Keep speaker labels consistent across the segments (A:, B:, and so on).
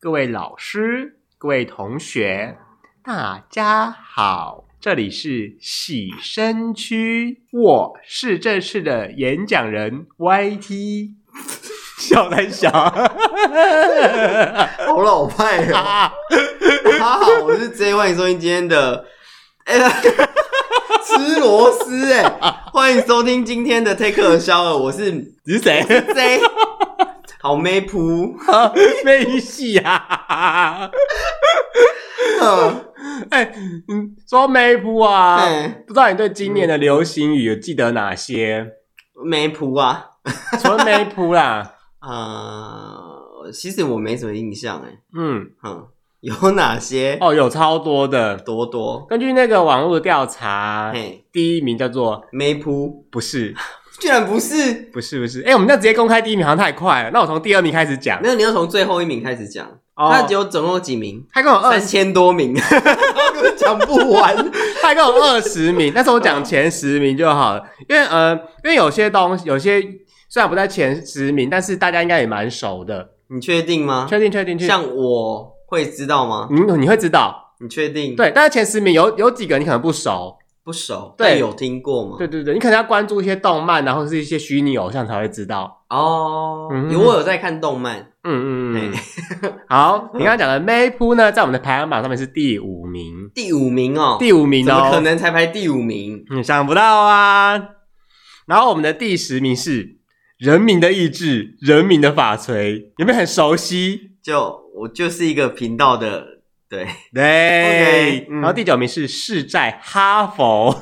A: 各位老师、各位同学，大家好，这里是洗身区，我是这次的演讲人 YT。笑在笑，
B: 好老派 哦！大家好，我是 J，欢迎收听今天的，哎、 吃螺丝哎、欢迎收听今天的 Take a Shower，我是
A: 你是谁？
B: J，好妹 扑，
A: 没戏啊！
B: 嗯
A: 哎、嗯，说梅普啊，
B: 哎，
A: 不知道你对今年的流行语有记得哪些？
B: 妹扑啊，
A: 除了梅普啦，
B: 呃，其实我没什么印象哎，
A: 嗯，
B: 嗯，有哪些？
A: 哦，有超多的。
B: 多多，
A: 根据那个网络的调查，
B: 嘿，
A: 第一名叫做
B: 妹扑，
A: 不是
B: 居然不是，
A: 不是不是，哎、我们这样直接公开第一名好像太快了，那我从第二名开始讲
B: 没。有，你要从最后一名开始讲，
A: 哦
B: 那只有总共有几名？
A: 他跟我二
B: 三
A: 十，
B: 千 多名，讲不完。
A: 他跟我二十名，但是我讲前十名就好了，因为呃，因为有些东西，有些虽然不在前十名，但是大家应该也蛮熟的。
B: 你确定吗？
A: 确定确定确定，
B: 像我会知道吗？
A: 你你会知道，
B: 你确定？，
A: 对，但是前十名有有几个你可能不熟，
B: 不熟，
A: 对
B: 但有听过吗？
A: 对，对对，你可能要关注一些动漫，然后是一些虚拟偶像才会知道。
B: 哦，
A: 嗯
B: 有我有在看动漫，
A: 嗯嗯嗯，好，你刚刚讲的 Maypu 呢，在我们的排行榜上面是第五名，
B: 第五名哦，
A: 第五名
B: 怎么
A: 哦，
B: 可能才排第五名？
A: 嗯，想不到啊。然后我们的第十名是《人民的意志》，《人民的法锤》，有没有很熟悉？
B: 就我就是一个频道的，对，
A: 对
B: OK，嗯
A: 然后第九名是《世在哈佛》，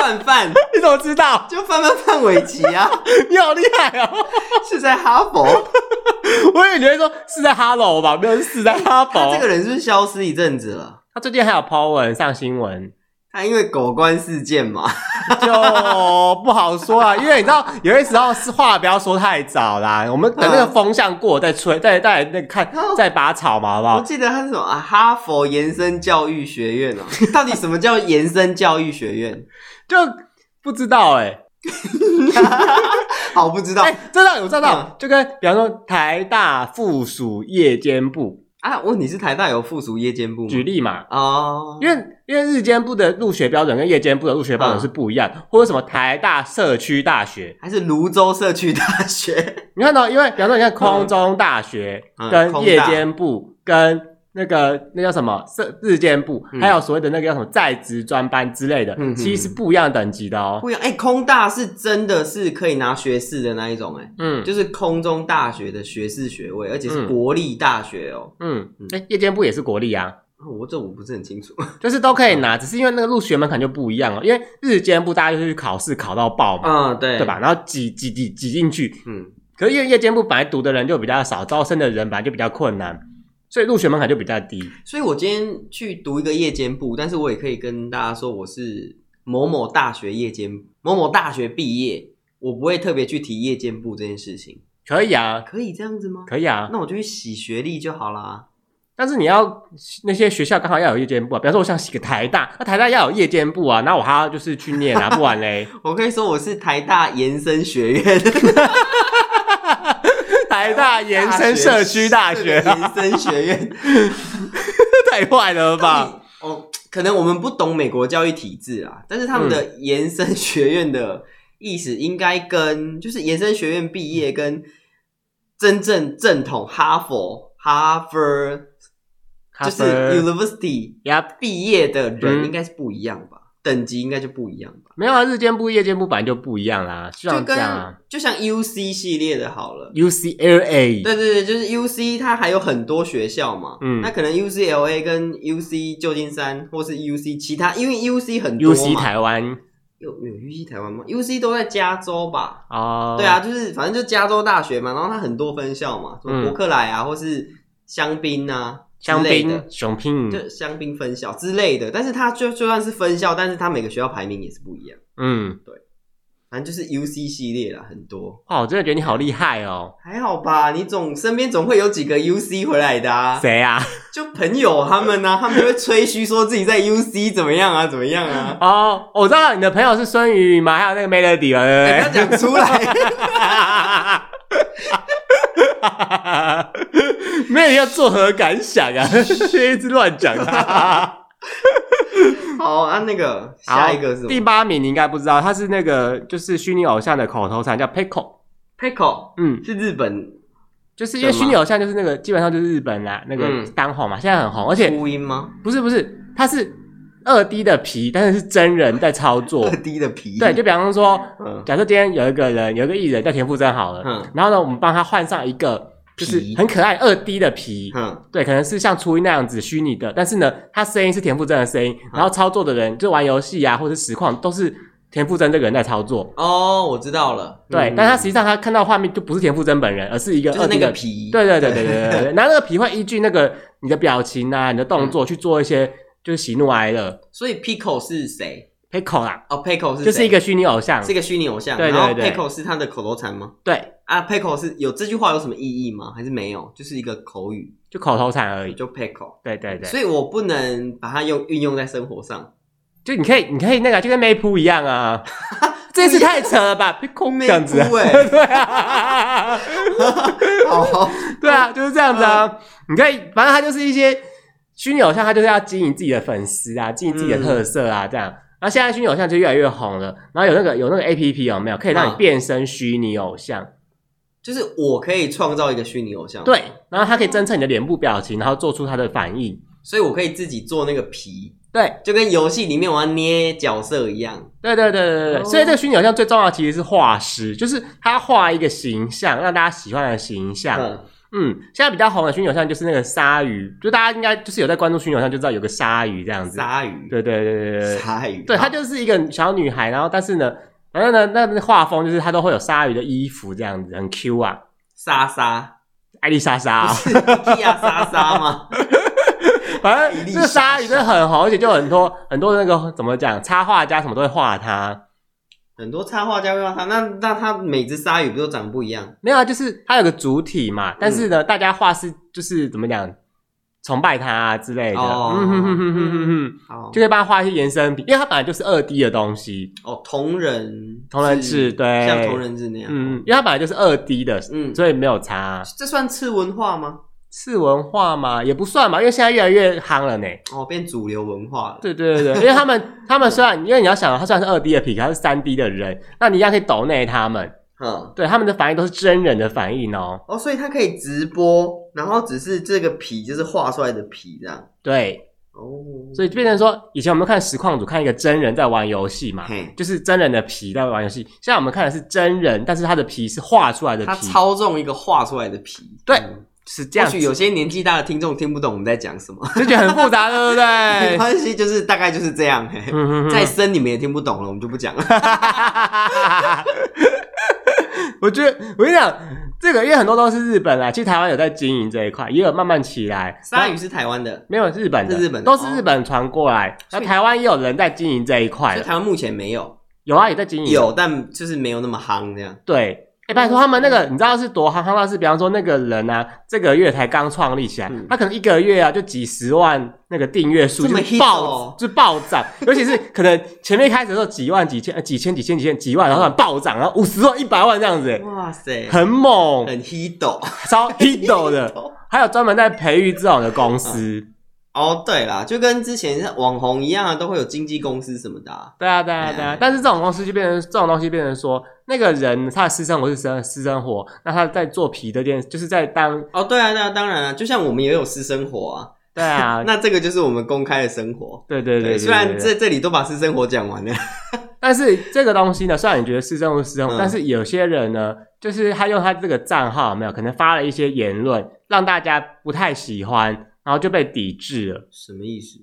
B: 范范
A: 你怎么知道？
B: 就范范范玮琪 啊，
A: 你好厉害哦！
B: 是在哈佛，
A: 我以为你会说是在哈喽吧，没有是死在哈
B: 他
A: 佛。
B: 这个人是不是消失一阵子了？
A: 他最近还有 po 文上新闻，
B: 他因为狗官事件嘛，
A: 就不好说啦，因为你知道有些时候是话不要说太早啦，我们等那个风向过再吹，再再再看
B: 哦
A: 再拔草嘛，好不
B: 我
A: 好？
B: 记得他是什么啊？哈佛延伸教育学院哦， 到底什么叫延伸教育学院？
A: 就不知道哎、欸，
B: 好，不知道
A: 哎、这让我知道
B: 哦嗯，
A: 就跟比方说台大附属夜间部
B: 啊。问你是台大有附属夜间部吗？
A: 举例嘛，
B: 哦，
A: 因为因为日间部的入学标准跟夜间部的入学标准是不一
B: 嗯
A: 样，或者什么台大社区大学，
B: 还是泸州社区大 学
A: 你看到，因为比方说你看空中大学
B: 嗯
A: 跟
B: 空
A: 夜
B: 大
A: 间部跟。那个那叫什么社日间部，
B: 嗯
A: 还有所谓的那个叫什么在职专班之类的，
B: 嗯嗯
A: 其实是不一样等级的哦。
B: 不一样。哎、空大是真的是可以拿学士的那一种、哎，
A: 嗯
B: 就是空中大学的学士学位，而且
A: 嗯
B: 是国立大学哦。
A: 嗯，哎、夜间部也是国立啊。
B: 哦我这我不是很清楚。
A: 就是都可以拿，只是因为那个入学门槛就不一样了。因为日间部大家就是去考试考到爆嘛，
B: 嗯，对，
A: 哦对？吧？然后挤挤挤挤进去，
B: 嗯，
A: 可是因为夜间部本来读的人就比较少，招生的人本来就比较困难，所以入学门槛就比较低。
B: 所以我今天去读一个夜间部，但是我也可以跟大家说，我是某某大学夜间某某大学毕业，我不会特别去提夜间部这件事情。
A: 可以啊，
B: 可以这样子吗？
A: 可以啊，
B: 那我就去洗学历就好啦。
A: 但是你要那些学校刚好要有夜间部啊，比方说我想洗个台大，那台大要有夜间部啊，那我还要就是去念 啊，不然嘞，
B: 我可以说我是台大延伸学院。
A: 台大延伸社区大 学啊，
B: 延伸学院
A: 太坏了吧？
B: 哦，可能我们不懂美国教育体制啊，但是他们
A: 嗯
B: 的延伸学院的意思应该跟就是延伸学院毕业跟真正正统哈佛、哈佛就是 University
A: 呀，
B: 毕业的
A: 嗯
B: 人应该是不一样吧，等级应该就不一样吧，
A: 没有啊，日间部、夜间部本来就不一样啦，就
B: 就
A: 像这
B: 跟
A: 样啊。
B: 就像 UC 系列的好了。
A: UCLA，
B: 对对对，就是 U C 它还有很多学校嘛，
A: 嗯
B: 那可能 U C L A 跟 U C 旧金山或是 U C 其他，因为 U C 很多嘛
A: ，UC 台湾
B: 有有 U C 台湾吗？U C 都在加州吧？
A: 哦，
B: 对啊，，就是反正就加州大学嘛，然后它很多分校嘛，什么伯克莱啊，或是香槟啊
A: 香
B: 之类的
A: 槟、熊拼，
B: 就香槟分校之类的，但是它就就算是分校，但是它每个学校排名也是不一样，
A: 嗯，
B: 反正就是 U C 系列啦，很多
A: 哇，我真的觉得你好厉害哦，
B: 还好吧？你总身边总会有几个 U C 回来的啊，
A: 谁啊？
B: 就朋友他们呢、啊，他们就会吹嘘说自己在 UC 怎么样啊，怎么样啊，
A: 哦，我知道你的朋友是孙宇
B: 哎
A: 嘛，还有那个 Melody 嘛，
B: 不
A: 对
B: 要
A: 不对？
B: 讲出来。
A: 没有人要作何感想啊？ 一直乱讲啊！
B: 好，啊，那个 下一个是
A: 好
B: 什么
A: 第八名，你应该不知道，他是那个就是虚拟偶像的口头禅叫 pickle。
B: ？Pickle
A: 嗯，
B: 是日本
A: 就是因为
B: 什么
A: 虚拟偶像就是那个基本上就是日本啦、那个
B: 嗯
A: 当红嘛，现在很红，而且
B: 初音吗？
A: 不是不是，它是二 D 的皮，但是是真人在操作
B: 二。D 的皮，
A: 对，就比方说，
B: 嗯
A: 假设今天有一个人，有一个艺人叫田馥甄好了，
B: 嗯
A: 然后呢，我们帮他换上一个就是
B: 皮
A: 很可爱二 D 的皮，
B: 嗯
A: 对，可能是像初音那样子虚拟的，但是呢，他声音是田馥甄的声音，
B: 嗯
A: 然后操作的人就玩游戏啊或者实况都是田馥甄这个人在操作。
B: 哦，我知道了，
A: 对，
B: 嗯
A: 但他实际上他看到画面就不是田馥甄本人，而是一个
B: 就是
A: 二
B: 那
A: D
B: 个
A: 的
B: 皮，
A: 对对对对对对对，然后那个皮会依据那个你的表情啊、你的动
B: 嗯
A: 作去做一些就是喜怒哀乐。
B: 所以 Pickle 是谁？
A: Pickle 啦，
B: 哦，Pickle 是
A: 就是一
B: 个
A: 个虚拟偶像
B: 是。一个虚拟偶像，
A: 对对
B: 然后
A: 对
B: Pickle 是他的口头禅吗？
A: 对，
B: 啊，Pickle 是有这句话有什么意义吗？还是没有？就是一个口语，
A: 就口头禅而已。
B: 就 Pickle，
A: 对对对，
B: 所以我不能把它用运用在生 活上。
A: 就你可以，你可以那个就跟 Maypu 一样 啊。这次太扯了吧，Pickle 这样子啊。
B: 妹夫欸
A: 对啊，
B: 好，
A: 对 啊，就是这样子啊。
B: 嗯
A: 你可以，反正他就是一些虚拟偶像，他就是要经营自己的粉丝啊，经营自己的特色
B: 嗯
A: 啊，这样。然后现在虚拟偶像就越来越红了，然后有那个有那个 A P P 有没有可以让你
B: 嗯
A: 变身虚拟偶像？
B: 就是我可以创造一个虚拟偶像，，
A: 对，然后它可以侦测你的脸部表情，然后做出它的反应。
B: 所以我可以自己做那个皮，
A: 对，
B: 就跟游戏里面我要捏角色一样。
A: 对对对对对对。
B: 哦
A: 所以这个虚拟偶像最重要的其实是画师，就是他画一个形象，让大家喜欢的形象。嗯
B: 嗯，
A: 现在比较红的虚拟偶像就是那个鲨鱼，就大家应该就是有在关注虚拟偶像就知道有个鲨鱼这样子。
B: 鲨鱼，
A: 对对对对对对，
B: 鲨鱼，
A: 呃对，她就是一个小女孩，然后但是呢，反正呢，那那画风就是她都会有鲨鱼的衣服这样子，很 Q 啊，
B: 莎莎，
A: 艾丽莎 莎、
B: 是 Kia 莎莎吗？
A: 反
B: 伊
A: 正
B: 丽
A: 这个鲨鱼真的很红，而且就很多很多那个怎么讲，插画家什么都会画它。
B: 很多插画家会画它，那那它每只鲨鱼不都长不一样？
A: 没有啊，就是它有个主体嘛，但是呢，大家画是就是怎么讲，崇拜它、啊、之类的，
B: 哦
A: 嗯哼哼哼哼哼哼，
B: 好
A: 就，可以帮它画一些延伸品，因为它本来就是二 D 的东西，
B: 哦，同人，
A: 同人志对
B: 像同人志那样。
A: 嗯，因为它本来就是二 D 的，
B: 嗯
A: 所以没有差。
B: 这算次文化吗？
A: 次文化嘛，也不算嘛，因为现在越来越夯了呢。
B: 哦，变主流文化了。
A: 对对对，对 因为他们他们虽然，因为你要想，他虽然是二 D 的皮，他是三 D 的人，那你一样可以抖内他们，
B: 嗯，
A: 对他们的反应都是真人的反应哦。
B: 哦，所以它可以直播，然后只是这个皮就是画出来的皮这样。
A: 对，
B: 哦，
A: 所以变成说，以前我们看实况组看一个真人在玩游戏嘛，
B: 嘿，
A: 就是真人的皮在玩游戏，现在我们看的是真人，但是他的皮是画出来的
B: 它
A: 皮，
B: 操纵一个画出来的皮。
A: 对
B: 嗯
A: 是这
B: 或
A: 样
B: 许
A: 子，
B: 有些年纪大的听众听不懂我们在讲什么，
A: 就觉得很复杂，对不
B: 没
A: 对？
B: 关系，就是大概就是这样。嘿
A: 嗯哼哼
B: 再深你们也听不懂了，我们就不讲了。
A: 我觉得，我跟你讲，这个因为很多都是日本啦，其实台湾有在经营这一块，也有慢慢起来。
B: 鲨
A: 然
B: 鱼
A: 后
B: 是台湾的，
A: 没有日本的，
B: 是日本的哦
A: 都是日本传过来，那、
B: 所以
A: 台湾也有人在经营这一块
B: 所以
A: 了，
B: 台湾目前没有，
A: 有啊，也在经营。
B: 有但就是没有那么夯这样。
A: 对，哎、拜
B: 嗯
A: 托他们那个，你知道是多夯夯到是，比方说那个人啊，这个月才刚创立起来，
B: 嗯
A: 他可能一个月啊就几十万那个订阅数，
B: 这
A: 就
B: 么
A: 是
B: hit
A: 暴、
B: 哦
A: 就暴涨，尤其是可能前面开始的时候几万、几千、呃几千、几千、几千、几
B: 嗯
A: 万，然后突然暴涨，然后五十万、一百万这样子、
B: 哇塞，
A: 很猛，
B: 很 hit 哦。
A: 超 hit 的，还有专门在培育这种的公司。
B: 哦，对啦，就跟之前网红一样啊，都会有经纪公司什么的、啊。
A: 对啊，对啊，对啊。但是这种公司就变成这种东西，变成说那个人他的私生活是私私生活，那他在做皮的店，就是在当
B: 哦，对啊，对啊，当然啊，就像我们也有私生活啊，，
A: 对啊
B: 那这个就是我们公开的生活。
A: 对对对对对。
B: 虽然
A: 对
B: 这这里都把私生活讲完了，
A: 但是这个东西呢，虽然你觉得私生活是私生活，
B: 嗯
A: 但是有些人呢，就是他用他这个账号有没有可能发了一些言论，让大家不太喜欢，然后就被抵制了。
B: 什么意思？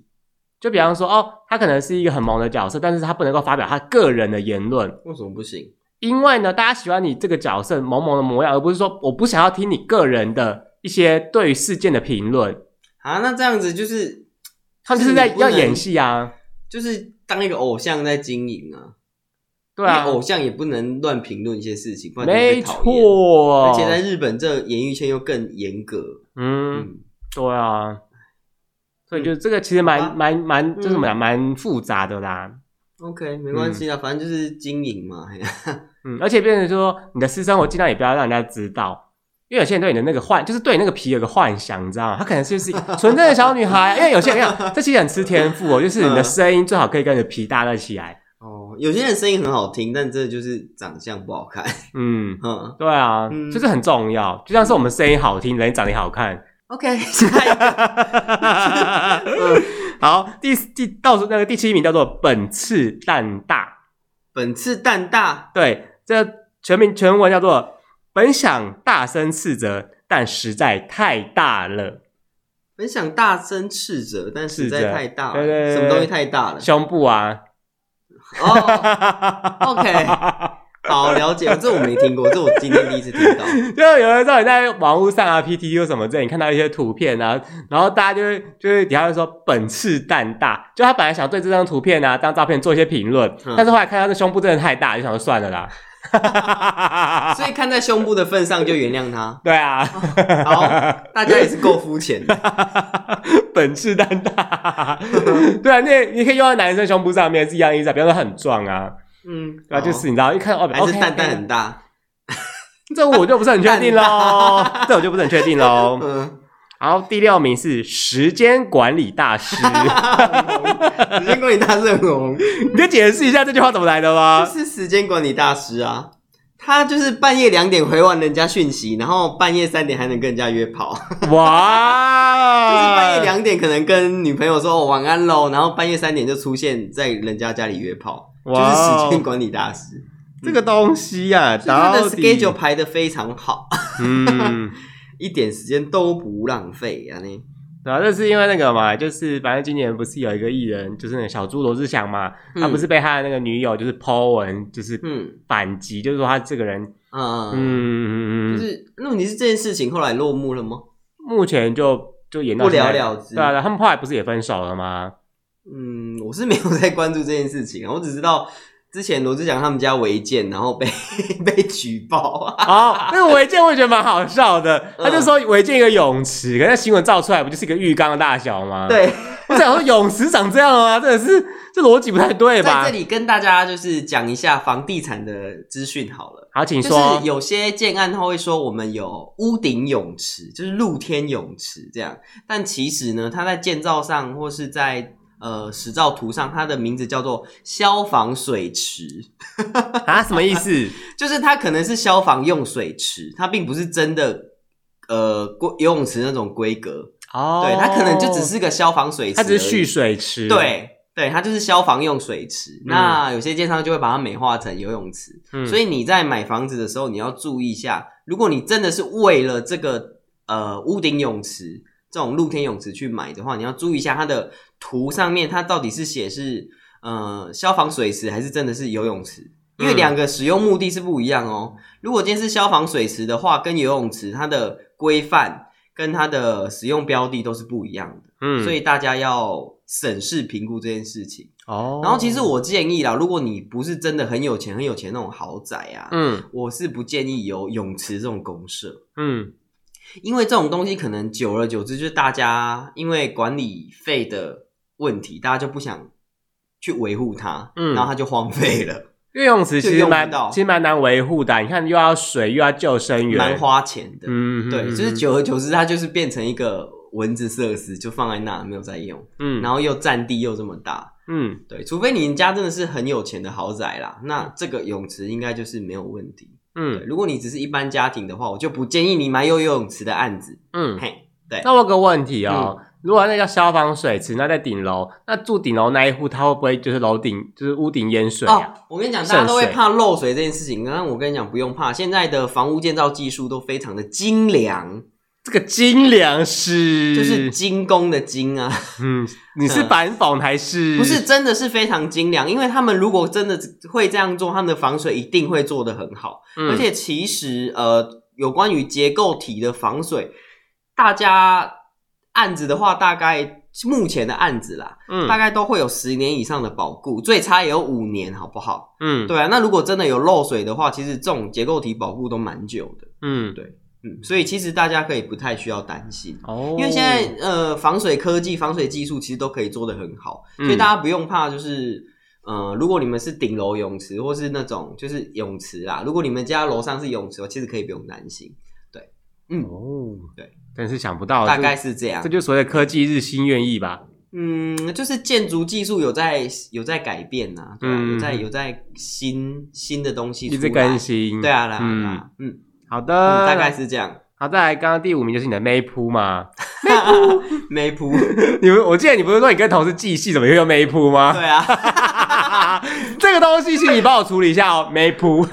A: 就比方说，哦，他可能是一个很萌的角色，但是他不能够发表他个人的言论，
B: 为什么不行？
A: 因为呢，大家喜欢你这个角色萌萌的模样，而不是说我不想要听你个人的一些对于事件的评论。
B: 啊，那这样子就是
A: 他们就是在
B: 就是你不
A: 要
B: 能
A: 演戏啊，
B: 就是当一个偶像在经营啊，
A: 对啊
B: 因为，偶像也不能乱评论一些事情，不然就会
A: 没
B: 被讨厌。
A: 错，
B: 而且在日本这演艺圈又更严格，
A: 嗯，
B: 嗯，
A: 对啊，所以就这个其实
B: 好吧
A: 蛮
B: 嗯
A: 蛮蛮，就是怎么讲，蛮复杂的啦。
B: OK，没
A: 嗯
B: 关系啦，啊反正就是经营嘛。嘿
A: 嗯，而且变成说你的私生活尽量也不要让人家知道，因为有些人对你的那个幻，就是对你那个皮有个幻想，你知道吗？她可能就是 纯真的小女孩，因为有些人你看这其实很吃天赋哦，就是你的
B: 嗯
A: 声音最好可以跟你的皮搭得起来。
B: 哦，有些人声音很好听，但这就是长相不好看。
A: 嗯，
B: 嗯
A: 对啊，
B: 嗯
A: 就是很重要，就像是我们声音好听，人长得也好看。
B: ，OK，下一个
A: 嗯好，第第倒数那个第七名叫做本次蛋大，
B: 本次蛋大
A: 对，这全名全文叫做本想大声斥责，但实在太大了，
B: 本想大声斥责，但实
A: 斥
B: 在
A: 责
B: 太大了，
A: 对对对
B: 什么东西太大了？
A: 胸部啊。
B: 哦，好了解，这我没听过，这我今天第一次听到。
A: 就有人知道你在网络上啊、PTU 什么之类，你看到一些图片啊，然后大家就会就会底下会说本次蛋大，就他本来想对这张图片啊、当照片做一些评论，
B: 嗯
A: 但是后来看到这胸部真的太大，就想说算了啦。
B: 所以看在胸部的份上就原谅他。
A: 对啊，
B: 哦好，大家也是够肤浅的。
A: 本次蛋大， 对啊，那你可以用到男生胸部上面是一样的意思啊，比方说很壮啊，
B: 嗯，
A: 对啊，就是你知道一看哦，
B: 还是
A: OK，
B: 蛋蛋
A: OK
B: 很大。
A: 这我就不是很确定喽，这我就不是很确定喽。
B: 嗯，
A: 然后第六名是时间管理大 师，
B: 时间管理大师很红，
A: 你可以解释一下这句话怎么来的
B: 就
A: 吗？
B: 是时间管理大师啊。他就是半夜两点回完人家讯息，然后半夜三点还能跟人家约跑，就是
A: 哇，
B: 半夜两点可能跟女朋友说、哦晚安喽，然后半夜三点就出现在人家家里约跑，就
A: 哇哦
B: 是时间管理大师。
A: 这个东西呀、啊，
B: 所以他
A: 到
B: 的
A: 底
B: schedule 排的非常好，
A: 嗯。
B: 一点时间都不浪费啊！你
A: 然后这是因为那个嘛，就是反正今年不是有一个艺人，就是那个小猪罗志祥嘛，他
B: 嗯
A: 啊不是被他的那个女友就是 Po 文，就是
B: 嗯
A: 反击，就是说他这个人，
B: 啊，
A: 嗯，嗯嗯嗯
B: 就是那问题是这件事情后来落幕了吗？
A: 目前就就演到
B: 不了
A: 现在
B: 了之
A: 对啊，他们后来不是也分手了吗？
B: 嗯，我是没有在关注这件事情啊，我只知道之前罗志祥他们家违建，然后被 被举报 啊。
A: 哦，那个违建我也觉得蛮好笑的，
B: 嗯
A: 他就说违建一个泳池，可是新闻照出来不就是一个浴缸的大小吗？，
B: 对，
A: 我想说泳池长这样吗？真的是这逻辑不太对
B: 在
A: 吧
B: 这？里跟大家就是讲一下房地产的资讯好了。
A: 好，请
B: 就
A: 说
B: 是。有些建案他会说我们有屋顶泳池，就是露天泳池这样，但其实呢，它在建造上或是在呃实照图上，它的名字叫做消防水池，
A: 啊，什么意思？
B: 就是它可能是消防用水池，它并不是真的。呃，规游泳池那种规格，
A: 哦，
B: 对，它可能就只是个消防水池而
A: 它
B: 已，
A: 哦只是蓄水池，
B: 对对，它就是消防用水池。那有些建商就会把它美化成游泳池，
A: 嗯，
B: 所以你在买房子的时候，你要注意一下，如果你真的是为了这个呃屋顶泳池这种露天泳池去买的话，你要注意一下它的图上面它到底是写是呃消防水池还是真的是游泳池。因为
A: 嗯
B: 两个使用目的是不一样哦。如果今天是消防水池的话，跟游泳池它的规范跟它的使用标的都是不一样的，
A: 嗯
B: 所以大家要审视评估这件事情。
A: 哦，
B: 然后其实我建议啦，如果你不是真的很有钱、很有钱那种豪宅啊，
A: 嗯
B: 我是不建议有泳池这种公社，
A: 嗯
B: 因为这种东西可能久而久之，就是大家因为管理费的问题，大家就不想去维护它，
A: 嗯
B: 然后它就荒废 了，
A: 游泳池其
B: 就
A: 实
B: 用不
A: 蛮
B: 到
A: 其实蛮难维护的，你看又要水又要救生员，
B: 蛮花钱的。
A: 嗯，嗯，嗯
B: 对，就是
A: 嗯
B: 久而久之，它就是变成一个蚊子设施，就放在那没有在用，
A: 嗯，
B: 然后又占地又这么大。
A: 嗯
B: 对，除非你家真的是很有钱的豪宅啦，那这个泳池应该就是没有问题。对，
A: 嗯
B: 如果你只是一般家庭的话，我就不建议你买有游泳池的案子。
A: 嗯。
B: 嘿，
A: 那我有个问题哦，
B: 嗯
A: 如果那叫消防水池，那在顶楼，那住顶楼那一户，他会不会就是楼顶就是屋顶淹水啊？
B: 哦，我跟你讲，大家都会
A: 渗水
B: 怕漏水这件事情，但我跟你讲不用怕，现在的房屋建造技术都非常的精良，
A: 这个精良是
B: 就是精工的精啊，
A: 嗯，你是反讽还是
B: 不是？真的是非常精良，因为他们如果真的会这样做，他们的防水一定会做得很好。
A: 嗯
B: 而且其实呃，有关于结构体的防水，大家案子的话，大概目前的案子啦，
A: 嗯
B: 大概都会有十年以上的保固，最差也有五年，好不好？
A: 嗯
B: 对啊，那如果真的有漏水的话，其实这种结构体保固都蛮久的，
A: 嗯
B: 对嗯，所以其实大家可以不太需要担心，
A: 哦，
B: 因为现在呃防水科技、防水技术其实都可以做得很好，
A: 嗯
B: 所以大家不用怕，就是呃，如果你们是顶楼泳池或是那种就是泳池啦，如果你们家楼上是泳池，其实可以不用担心，对，嗯
A: 哦，
B: 对，
A: 真是想不到，
B: 大概
A: 这
B: 是这样
A: 这。就所谓的科技日新月异吧。
B: 嗯，就是建筑技术有在有在改变呐、对啊
A: 嗯
B: 有在有在新新的东西
A: 一
B: 出
A: 直
B: 来，
A: 更新。
B: 对啊啦，
A: 嗯呃
B: 啦嗯
A: 好
B: 嗯
A: 的，
B: 大概是这样。
A: 好。再来，刚刚第五名就是你的妹扑嘛？
B: 没谱，
A: 你们我记得你不是说你跟同事寄戏，怎么又用妹扑吗？
B: 对啊
A: 这个东西，请你帮我处理一下哦， 妹扑。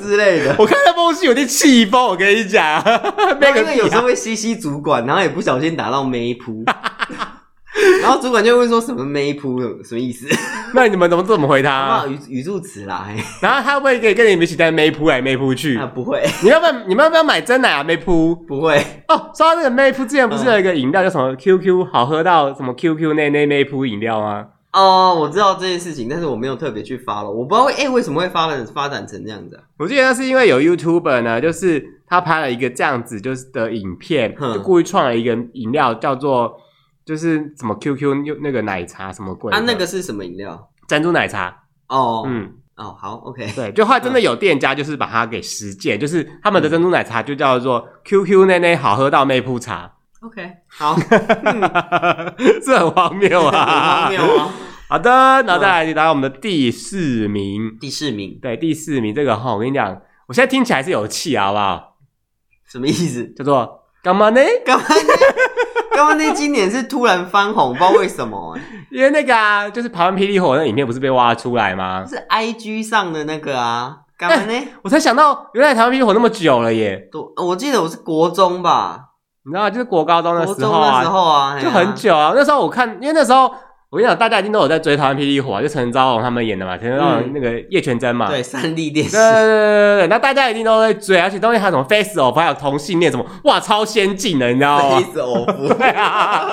B: 之类的。
A: 我看到封信有点气疯，我跟你讲， 那
B: 哦因
A: 个啊
B: 为有时候会吸吸主管，然后也不小心打到没谱，然后主管就会说什么没谱什么意思？
A: 那你们怎么怎么回
B: 啊，
A: 他？
B: 语语助词啦，嘿
A: 然后他会不会跟跟你们一起在妹扑来妹扑去
B: 啊？不会
A: 你们要不要你们要不要买真奶啊？妹扑
B: 不会，
A: 哦，说到这个妹扑，之前不是有一个饮料叫什么 QQ 好喝到什么 QQ 内内妹扑饮料吗？
B: 哦，我知道这件事情，但是我没有特别去发了，我不知道哎、为什么会发展发展成这样子、啊？
A: 我记得那是因为有 YouTuber 呢，就是他拍了一个这样子就是的影片，
B: 哼
A: 就故意创了一个饮料叫做就是什么 QQ 又那个奶茶什么鬼的
B: 啊，那个是什么饮料？
A: 珍珠奶茶，
B: 哦，
A: 嗯，
B: 哦，好，OK，
A: 对，就后来真的有店家就是把它给实践，就是他们的珍珠奶茶就叫
B: 嗯
A: 做 QQ 奶奶好喝到妹铺茶，
B: OK，好，
A: 这很荒谬
B: 嗯很
A: 啊，
B: 荒谬啊！
A: 好的，然后再来就来我们的第四名，
B: 第四名
A: 对，第四名这个哈，我跟你讲，我现在听起来是有气好不好？
B: 什么意思？
A: 叫做干嘛呢？
B: 干嘛呢？干嘛呢？今年是突然翻红，不知道为什么、哎
A: 因为那个啊，就是台湾霹雳火那影片不是被挖出来吗？
B: 是 IG 上的那个啊，干嘛呢？
A: 我才想到，原来台湾霹雳火那么久了耶！
B: 都我记得我是国中吧，
A: 你知道，就是国高中的
B: 国
A: 时
B: 中
A: 候啊，
B: 那时候啊，
A: 就
B: 哎呀
A: 很。久啊。那时候我看，因为那时候我跟你讲，大家一定都有在追台湾霹雳火、啊，就陈昭荣他们演的嘛，陈昭荣
B: 嗯
A: 那个叶全真嘛。
B: 对，三立电视
A: 对对对对对，那大家一定都在追，而且当时还有什么 Face Off，还有同性恋什么，哇，超先进的，你知道吗
B: 一？直偶服，
A: 对啊，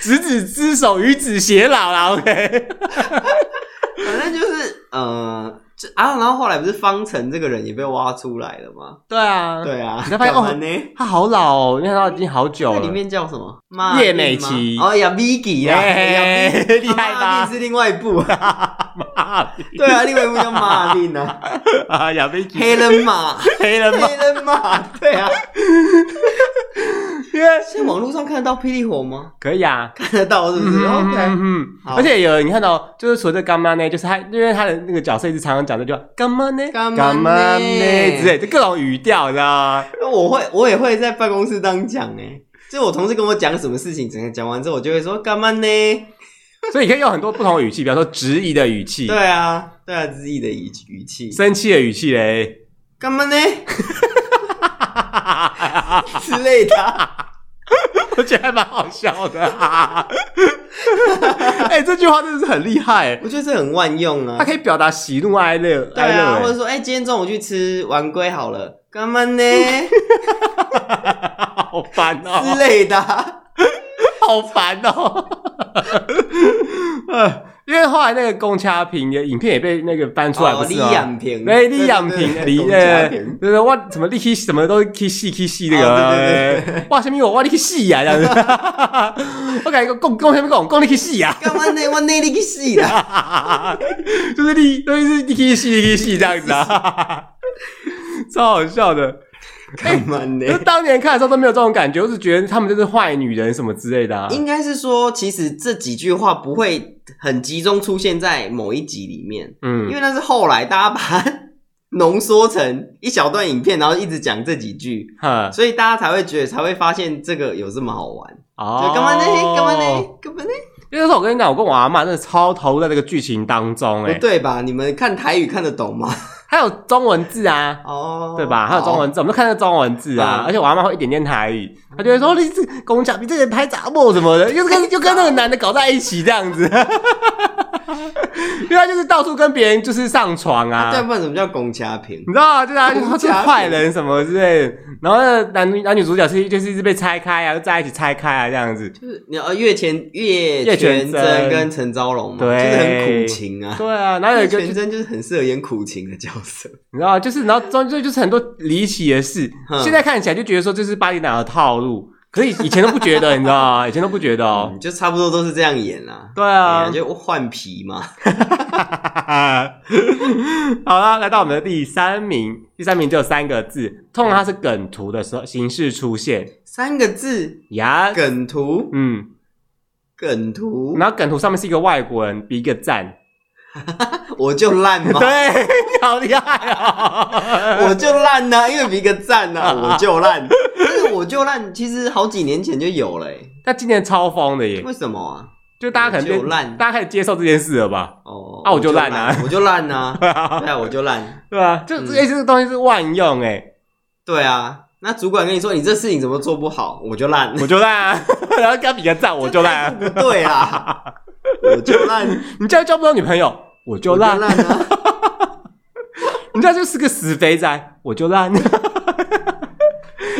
A: 执子之手，与子偕老啦，OK。
B: 反正就是呃，这啊，然后后来不是方程这个人也被挖出来了吗？
A: 对啊，
B: 对啊，
A: 你才发现
B: 干嘛呢？
A: 他好老哦，因为他已经好久
B: 那
A: 了。
B: 里面叫什么？妈
A: 叶美琪
B: 哦呀，Vicky 啊，
A: 哎
B: 呀 Vicky，
A: 厉害吧
B: 啊妈咪是另外一部，
A: 妈
B: 对啊，另外一部叫马 丁啊，
A: 啊，亚非
B: 黑人马，
A: 黑人吗？
B: 黑人马，对啊。
A: 因为
B: 现在网络上看得到霹雳火吗？
A: 可以啊。
B: 看得到是不是
A: 嗯
B: ？OK，
A: 嗯，
B: 好
A: 而且有你看到，就是除了这干妈呢，就是他，因为他的那个角色一直常常讲的就干妈呢、
B: 干嘛呢
A: 之类，就各种语调，你知道吗？
B: 我会，我也会在办公室当讲哎、欸，就我同事跟我讲什么事情，整个讲完之后，我就会说干嘛呢？
A: 所以你可以用很多不同的语气，比方说质疑的语气，
B: 对啊，对啊，自己的语语气，
A: 生气的语气嘞。
B: 干嘛呢之类的啊，
A: 我觉得还蛮好笑的、 啊，哎、这句话真的是很厉害、
B: 我觉得这很万用
A: 它
B: 啊。
A: 可以表达喜怒哀乐，
B: 对
A: 哀乐、
B: 啊，
A: 哎
B: 或者说，哎、今天中午去吃丸龟好了，干 嘛呢
A: 好烦哦、
B: 之类的啊。
A: 好烦哦、 呃，因为后来那个宫掐平的影片也被那个搬出来， 不
B: 哦，
A: 是
B: 李
A: 吗？
B: 养平，
A: 哎，李养平，
B: 对
A: 李
B: 董
A: 呃，
B: 家
A: 对
B: 平
A: 对，我什么力气什么都 K 戏 K 戏那
B: 哦对对
A: 个，哇，什么我哇力气戏呀这样子， 我感觉讲讲什么讲讲力气戏啊呀，
B: 干嘛呢？我内力去死啊啦！
A: 就是力就是力气戏力气戏这样子啊， 超好笑的。哎
B: 干嘛呢？
A: 就当年看的时候都没有这种感觉，我是觉得他们就是坏女人什么之类的啊。
B: 应该是说，其实这几句话不会很集中出现在某一集里面，因
A: 嗯，
B: 为那是后来大家把它浓缩成一小段影片，然后一直讲这几句，
A: 哈，
B: 所以大家才会觉得才会发现这个有这么好玩。
A: 哦
B: 对，干嘛呢？干嘛呢？干嘛呢？
A: 因为那时候我跟你讲，我跟我阿妈真的超投入在这个剧情当中、欸，
B: 不对吧？你们看台语看得懂吗？
A: 还有中文字啊，
B: 哦，
A: 对吧？还有中文字，我们就看那个中文字啊，
B: 嗯
A: 而且我阿妈会一点点台语，她就会说：“你这公家，你这人拍杂货什么的，就是跟就跟那个男的搞在一起这样 子。”因为他就是到处跟别人就是上床
B: 好？
A: 啊，
B: 对，不然怎么叫拱掐平？
A: 你知道啊，就是他他
B: 公
A: 是
B: 家
A: 坏人什么之类的，然后那个男女男女主角是就是一直被拆开啊，就在一起拆开啊这样子。
B: 就是你呃，月前月
A: 月全
B: 全
A: 真
B: 真跟陈昭荣嘛，
A: 对
B: 就是很苦情啊。
A: 对啊，然后有
B: 月
A: 一个就
B: 全真就是很适合演苦情的角色。
A: 你知道吗，就是然后中间就是很多离奇的事，
B: 哼
A: 现在看起来就觉得说这是巴厘岛的套路，可是以前都不觉得，你知道吗？以前都不觉得哦。
B: 嗯就差不多都是这样演啦、
A: 对
B: 啊，
A: 啊
B: 哎呀，就换皮嘛。
A: 好了，来到我们的第三名，第三名只有三个字，通常它是梗图的时候形式出现
B: 三个字，
A: 呀。
B: 梗图，
A: 嗯，
B: 梗图，
A: 然后梗图上面是一个外国人，比一个赞，
B: 我就烂嘛，
A: 对， 你好厉害 哦！
B: 我就烂呐、因为比个 赞呐、我就烂。这个我就烂，其实好几年前就有了、欸，
A: 那今年超疯的耶，
B: 为什么啊？
A: 就大家可能
B: 我就烂
A: 大家开始接受这件事了吧？
B: 哦，
A: 啊我就烂啊
B: 我就烂 呐、对啊，我就烂，
A: 对啊，就
B: 嗯
A: 这、哎这个东西是万用哎，
B: 对啊。那主管跟你说你这事情怎么做不好，我就烂，
A: 我就烂、啊， 然后跟他比个赞，我就烂、啊，
B: 不 对啊，我 就烂，
A: 你这样交不到女朋友，我就
B: 我
A: 烂
B: 就，烂啊。
A: 你这就是个死肥宅，我就烂。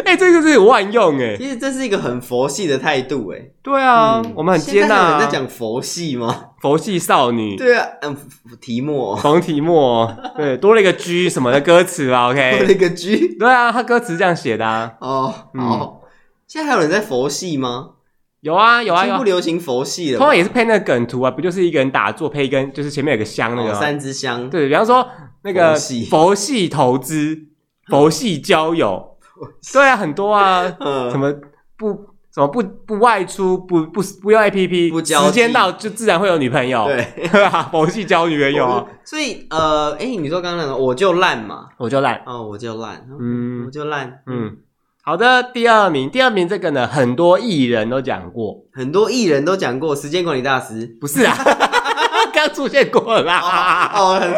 A: 哎、这个是有万用哎、
B: 其实这是一个很佛系的态度，哎，
A: 对啊，
B: 嗯
A: 我们很接纳、
B: 现在有人
A: 啊
B: 在。讲佛系吗？
A: 佛系少女，
B: 对啊，嗯，哦提莫
A: 冯提 莫，对，多了一个 G 什么的歌词啊
B: 多了
A: ，OK。
B: 一个 G
A: 对啊，他歌词这样写的啊，
B: 哦，
A: 嗯
B: 好。现在还有人在佛系吗？
A: 有啊有啊有
B: 已经不
A: 啊，
B: 流行佛系了吧，
A: 通常也是配那个梗图啊，不就是一个人打坐配一根，就是前面有个香那个
B: 哦
A: 吗、
B: 三支香，
A: 对，比方说那个
B: 佛系
A: 佛系投 资、佛系交友，对啊，很多啊，
B: 嗯，
A: 什么不什么不不外出不不不用 A P P，
B: 不交际
A: 时间到就自然会有女朋友，
B: 对，
A: 对啊， 佛系交女朋友啊，
B: 所以呃，哎，你说刚刚那个我就烂嘛，
A: 我就烂，
B: 哦，我就烂，
A: 嗯
B: 我就烂，嗯，
A: 嗯，好的，第二名，第二名这个呢，很多艺人都讲过，
B: 很多艺人都讲过时间管理 大师，
A: 不是啊，刚出现过 啦，
B: 哦，很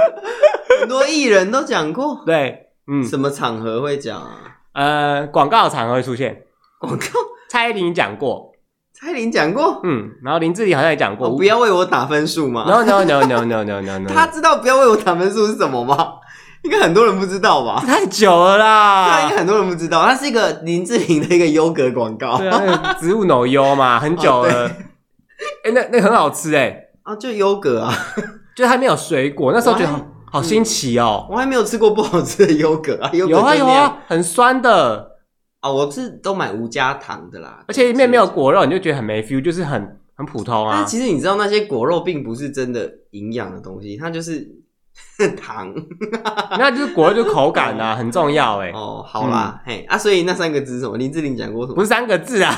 B: 很多艺人都讲过，
A: 对，嗯，
B: 什么场合会讲啊？
A: 呃，广告场合会出现，
B: 广告，
A: 蔡依林讲过，
B: 蔡依林讲过，
A: 嗯，然后林志玲好像也讲过，
B: 哦，不要为我打分 数嘛，
A: No no no no no no no no，
B: 他知道不要为我打分数是什么吗？应该很多人不知道 吧？
A: 太久了
B: 对，应
A: 啦
B: 该。很多人不知道，它是一个林志玲的一个优格广告
A: 对啊，那个植物奶油
B: 哦
A: 嘛，很久了。哎、那那很好吃哎、
B: 啊，就优格啊，
A: 就它里面有水果，那时候觉得好好新奇哦、
B: 我还没有吃过不好吃的优格啊，优格
A: 有啊
B: 就
A: 有
B: 那样
A: 啊，很酸的，
B: 啊，我是都买无加糖的啦，
A: 而且里面没有果肉，你就觉得很没 feel，就是很很普通
B: 但
A: 啊
B: 是。其实你知道那些果肉并不是真的营养的东西，它就是 糖
A: 那就是果肉就口感 啊，很重要哎、
B: 哦。好啦，嘿啊，所以那三个字是什么？林志玲讲过什
A: 不
B: 么？
A: 是三个字啊，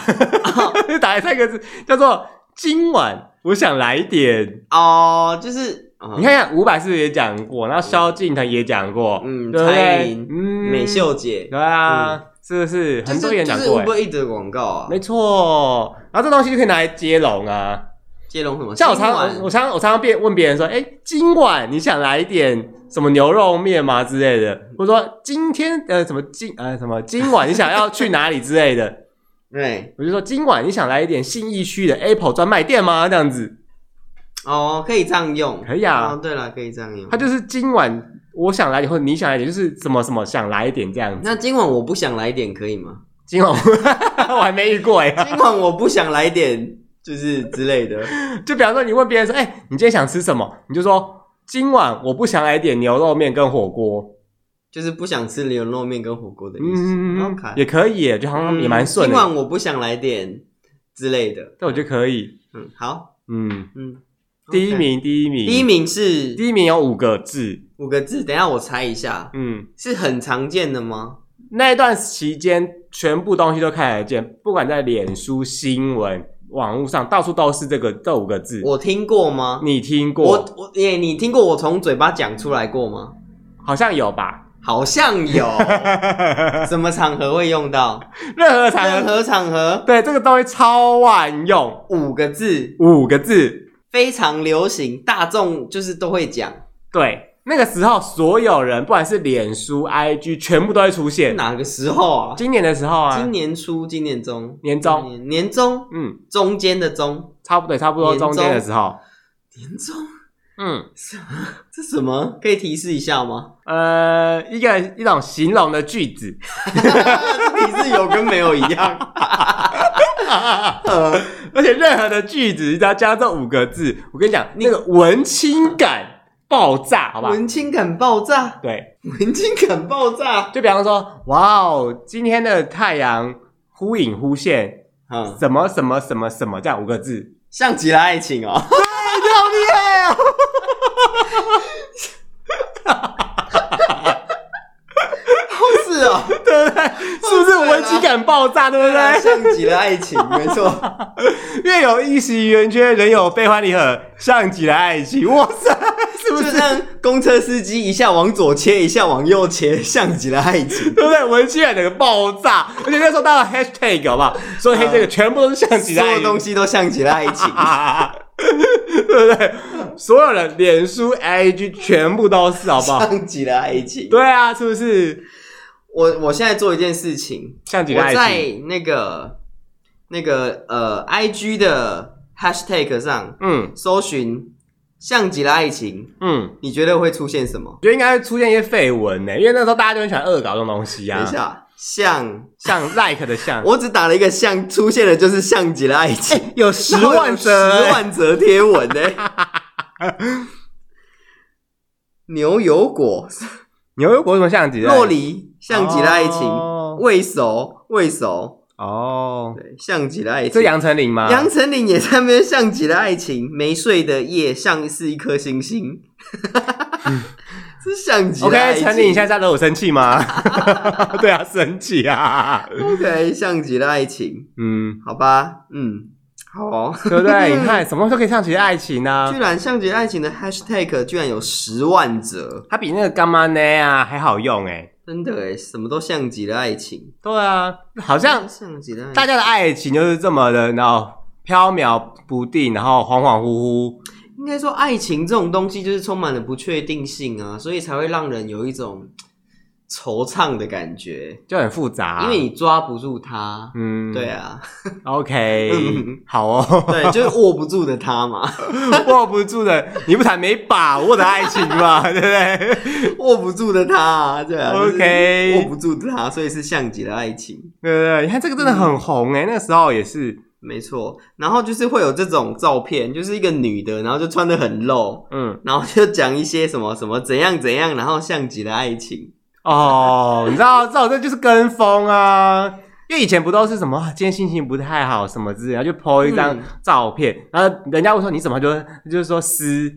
B: 哦
A: 打三个字叫做今晚我想来点。
B: 哦，就是、哦
A: 你看，看伍佰是不是也讲过？然后萧敬腾也讲过，
B: 嗯
A: 对不对
B: 蔡依林
A: 嗯
B: 美秀姐，
A: 对啊，是不是
B: 就
A: 很
B: 是
A: 多人
B: 就
A: 讲
B: 是
A: 过欸？
B: Uber Eats 的广告啊，
A: 没错，然后这东西就可以拿来接龙啊。
B: 接龙什么？
A: 像我常
B: 今晚
A: 我我常我常常别问别人说，哎，今晚你想来一点什么牛肉面吗之类的？我说今天呃什么今呃什么今晚你想要去哪里之类的？
B: 对
A: 我就说今晚你想来一点信义区的 Apple 专卖店吗？这样子，
B: 哦，可以这样用，
A: 可以啊
B: 哦，对了，可以这样用。
A: 他就是今晚我想来一点，或者你想来一点，就是什么什么想来一点这样子。
B: 那今晚我不想来点可以吗？
A: 今晚我 我还没遇过哎、
B: 今晚我不想来点就是之类的，
A: 就比方说，你问别人说：“哎、你今天想吃什么？”你就说：“今晚我不想来点牛肉面跟火锅。
B: 就是不想吃牛肉面跟火锅的”意思。
A: 嗯
B: OK，
A: 也可以耶，就好像也蛮顺
B: 嗯今
A: 的。
B: 晚我不想来点之类的。
A: 但我觉得可以。
B: 嗯，好，
A: 嗯，
B: 嗯，
A: 第一
B: OK，
A: 名，第一名，
B: 第一，名是
A: 第一名有五个字。
B: 五个字，等一下我猜一下，
A: 嗯，
B: 是很常见的吗？
A: 那一段期间，全部东西都看得见，不管在脸书、新闻、网络上，到处都是这个这五个字。
B: 我听过吗？
A: 你听过？
B: 我我耶，你听过我从嘴巴讲出来过吗？
A: 好像有吧？
B: 好像 有，什么场合会用到？
A: 任何场
B: 任
A: 合，
B: 何场合，
A: 对这个东西超万用，
B: 五个字
A: 五个字。
B: 非常流行，大众就是都会讲。
A: 对，那个时候所有人，不管是脸书、IG，全部都会出现。
B: 哪个时候啊？
A: 今年的时候啊，
B: 今年初、今年中、
A: 年中
B: 年年中
A: 嗯，
B: 中间的中
A: 差不多，差不多中间的时候，
B: 年中
A: 嗯，
B: 什么？这什么？可以提示一下吗？
A: 呃，一个一种形容的句子，
B: 这提示有跟没有一样。 呃，
A: 而且任何的句子只要加这五个字，我跟你讲，那个文青感爆炸，好吧？
B: 文青感爆炸，
A: 对，
B: 文青感爆炸，
A: 就比方说，哇哦，今天的太阳忽隐忽现，
B: 嗯，
A: 什么什么什么什么这样五个字，
B: 像极了爱情哦，
A: 哎，你好厉害
B: 啊
A: 哦！
B: 是哦，
A: 对不对？是不是我们情感爆炸，对不
B: 啊
A: 对？
B: 像极了爱情，没错，
A: 月有一席圆缺，人有悲欢离合，像极了爱情。哇塞， 是不？
B: 就是像公车司机一下往左切，一下往右切，像极了爱情。
A: 对不对？我们情感整个爆炸，而且那时候大家 hashtag 好不好？所以这个全部都是像极了
B: 嗯所
A: 爱
B: 有
A: 情
B: 东。西都像极了爱情，
A: 啊，对不对？所有人脸书、IG 全部都是，好不 好？
B: 像极了爱情。
A: 对啊，是不是？
B: 我我现在做一件事情，
A: 像几个
B: 我
A: 爱
B: 在
A: 情？
B: 那个那个呃，IG 的 hashtag 上
A: 嗯
B: 搜寻“像极了爱情
A: 嗯，”，
B: 你觉得会出现什么？
A: 觉得应该会出现一些绯闻呢，因为那时候大家就很喜欢恶搞这种东西
B: 等
A: 啊
B: 一，下，像
A: 像 like 的像，
B: 我只打了一个“像”，出现的就是“像极了爱情”
A: 有哎十
B: 然后有
A: 万 折欸
B: 十万折贴文呢、牛油果、
A: 牛油果怎么像极了爱
B: 洛梨，像极了爱情，
A: 哦
B: 未熟，未熟，
A: 哦，
B: 对，像极了爱
A: 这
B: 情。
A: 杨丞琳吗？
B: 杨丞琳也在那边像极了爱情，没睡的夜像是一颗星星， 这像极了
A: 嗯
B: 爱
A: OK，
B: 情。
A: 丞琳，你现在在惹我生气 吗？ 对啊，生气啊，
B: OK 像极了爱情，
A: 嗯，
B: 好吧，嗯，好哦。
A: 对不对？你看，什么都可以像极了爱情呢
B: 居？然像极了爱情的 Hashtag 居然有十万折，
A: 它比那个干妈呢啊还好用哎。
B: 真的诶什么都像极了爱情，
A: 对啊，好像
B: 像极了爱情。
A: 大家的爱情就是这么的，然后飘渺不定，然后恍恍惚惚。
B: 应该说，爱情这种东西就是充满了不确定性啊，所以才会让人有一种惆怅的感觉，
A: 就很复杂，
B: 因为你抓不住他。
A: 啊嗯，
B: 对啊，
A: ，OK，、
B: 嗯
A: 好哦，
B: 对，就是握不住的他嘛，
A: 握不住的，你不谈没把握的爱情嘛，对不对？
B: 握不住的他、啊，对啊就是
A: OK
B: 握不住的他，所以是像极了爱情，
A: 对不对？你看这个真的很红哎、那个时候也是，
B: 没错。然后就是会有这种照片，就是一个女的，然后就穿的很露，
A: 嗯，
B: 然后就讲一些什么什么怎样怎样，然后像极了爱情，
A: 哦，你知道，这种这就是跟风啊。因为以前不都是什么啊今天心情不太好什么之类的，然后就 po 一张
B: 嗯
A: 照片，然后人家会说你怎么就就是说撕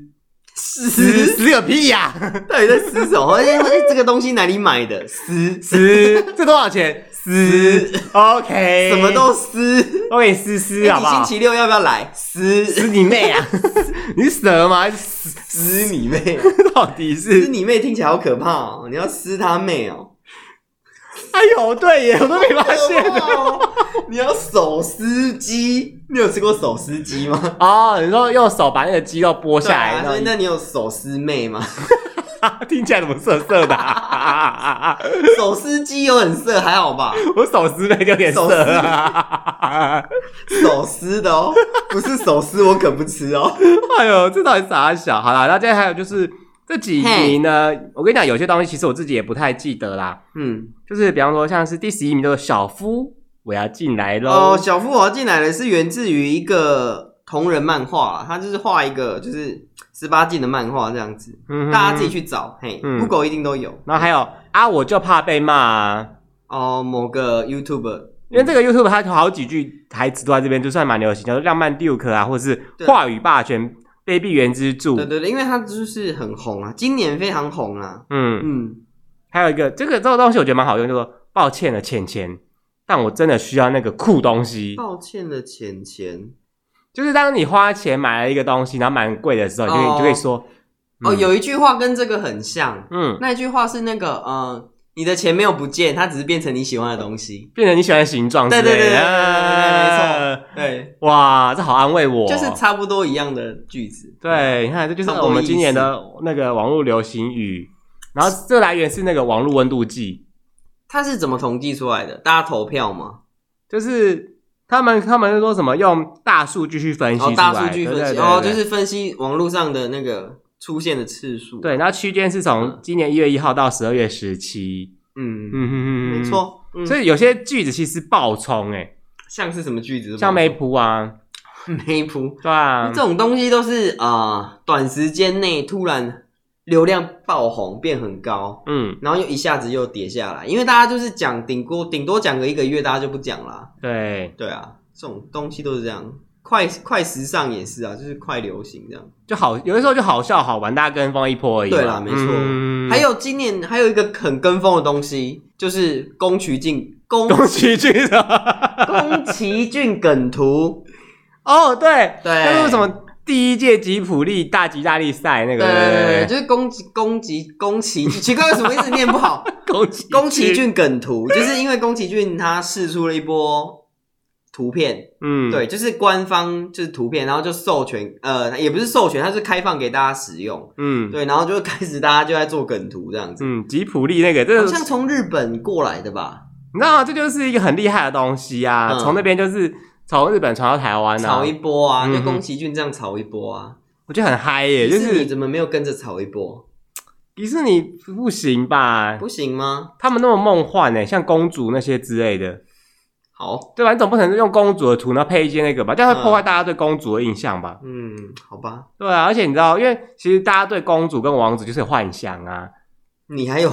A: 撕
B: 撕，
A: 撕个屁呀、
B: 到底在撕什么？哎、这个东西哪里买的？撕
A: 撕，这多少钱？撕，OK，
B: 什么都撕。
A: 我给你撕撕好不
B: 哎
A: 好
B: 你星？期六要不要来？撕
A: 撕你妹啊！你是蛇吗？撕
B: 撕你妹！
A: 到底
B: 撕
A: 是？
B: 你妹听起来好可怕哦！你要撕他妹哦！
A: 哎呦，对耶，我都没发现。
B: 哦你要手撕鸡？你有吃过手撕鸡吗？
A: 哦，你说用手把那个肌肉剥下来，
B: 对啊所
A: 然
B: 以那你有手撕妹吗？
A: 后 听起来怎么涩涩的啊？
B: 手撕鸡有很色，还好吧？
A: 我手撕的有点
B: 手
A: 涩啊！
B: 手撕的哦，不是手撕我可不吃哦。
A: 哎呦，这到底啥小？好啦，那接下来还有就是这几
B: 嘿
A: 名呢，我跟你讲，有些东西其实我自己也不太记得啦。
B: 嗯，
A: 就是比方说像是第十一名的小夫，我要进来喽。
B: 哦，小夫我要进来的是源自于一个同人漫画，他就是画一个就是十八禁的漫画这样子，
A: 嗯哼
B: 大家自己。去找，嘿
A: 嗯
B: ，Google 一定都有。
A: 然后还有啊，我就怕被骂、啊，
B: 哦，某个 YouTuber，
A: 因为这个 YouTube 它有好几句台词都在这边，就算蛮流行，叫做“浪漫 Duke” 啊，或者是“
B: 对
A: 话语霸权卑鄙原之助
B: 对对对，因为他就是很红啊，今年非常红啊”。。
A: 嗯，
B: 嗯，
A: 还有一个这个这个东西我觉得蛮好用，叫做“抱歉了，浅浅”，但我真的需要那个酷东西。
B: 抱歉的浅浅。
A: 就是当你花钱买了一个东西，然后蛮贵的时候，你就可以
B: 哦
A: 你就可以说
B: 哦，
A: 嗯
B: 有一句话跟这个很像，
A: 嗯，
B: 那一句话是那个呃，你的钱没有不见，它只是变成你喜欢的东西。
A: 变成你喜欢的形状之
B: 对
A: 类的。
B: 对对对对对对，
A: 啊
B: 没错，对，
A: 哇，这好安慰我。哦
B: 就是差不多一样的句子。
A: 对，你看，这就是
B: 差不多
A: 我们今年的那个网络流行语。然后这个来源是那个网络温度计，
B: 它是怎么统计出来的？大家投票吗？
A: 就是他们他们说什么用大数据去分析出
B: 哦
A: 来，，
B: 大数据分析，
A: 对对对
B: 哦，
A: 对
B: 就是分析网络上的那个出现的次数。，
A: 对。然后区间是从今年一月一号到十二月十七，
B: 嗯，
A: 嗯哼哼哼，
B: 没。错。嗯
A: 所以有些句子其实爆冲哎、
B: 像是什嗯么句子？
A: 像梅普啊，
B: 梅普，
A: 对啊
B: 这，种东西都是啊、呃短时间内突然流量爆红变很高，
A: 嗯，
B: 然后又一下子又跌下来，因为大家就是讲顶多顶多讲个一个月，大家就不讲啦。
A: 对，
B: 对啊，这种东西都是这样，快快时尚也是啊，就是快流行这样。
A: 就好，有的时候就好笑好玩，大家跟风一波而已嘛。
B: 对啦没错
A: 嗯
B: 还有今年还有一个很跟风的东西，就是宫崎骏宫
A: 宫崎骏的
B: 宫崎骏梗图，
A: 哦，对，
B: 对
A: 那是什么第一届吉普力大吉大利赛那
B: 对
A: 个，
B: 对对对，就是宫崎宫崎宫崎骏，奇怪为什么一直念不好？
A: 宫崎
B: 宫崎，骏梗图，就是因为宫崎骏他试出了一波图片，
A: 嗯，
B: 对，，就是官方就是图片，然后就授权，呃，也不是授权，它是开放给大家使用，
A: 嗯，
B: 对，然后就开始大家就在做梗图这样子，
A: 嗯，吉普力那个，这
B: 好
A: 是
B: 像从日本过来的吧，
A: 你知道吗？这就是一个很厉害的东西啊！
B: 嗯
A: 从、那边就是从日本传到台湾啊
B: 炒一，波啊，
A: 嗯
B: 就宫崎骏这样炒一波啊，
A: 我觉得很嗨耶、就
B: 迪士尼
A: 是
B: 怎么没有跟着炒一波？
A: 迪士尼不行吧？
B: 不行吗？
A: 他们那么梦幻呢、像公主那些之类的，
B: 好，
A: 对吧？你总不可能用公主的图，然后配一些那个吧，这样会
B: 嗯
A: 破坏大家对公主的印象吧？
B: 嗯，好吧，
A: 对啊，而且你知道，因为其实大家对公主跟王子就是有幻想啊，
B: 你还有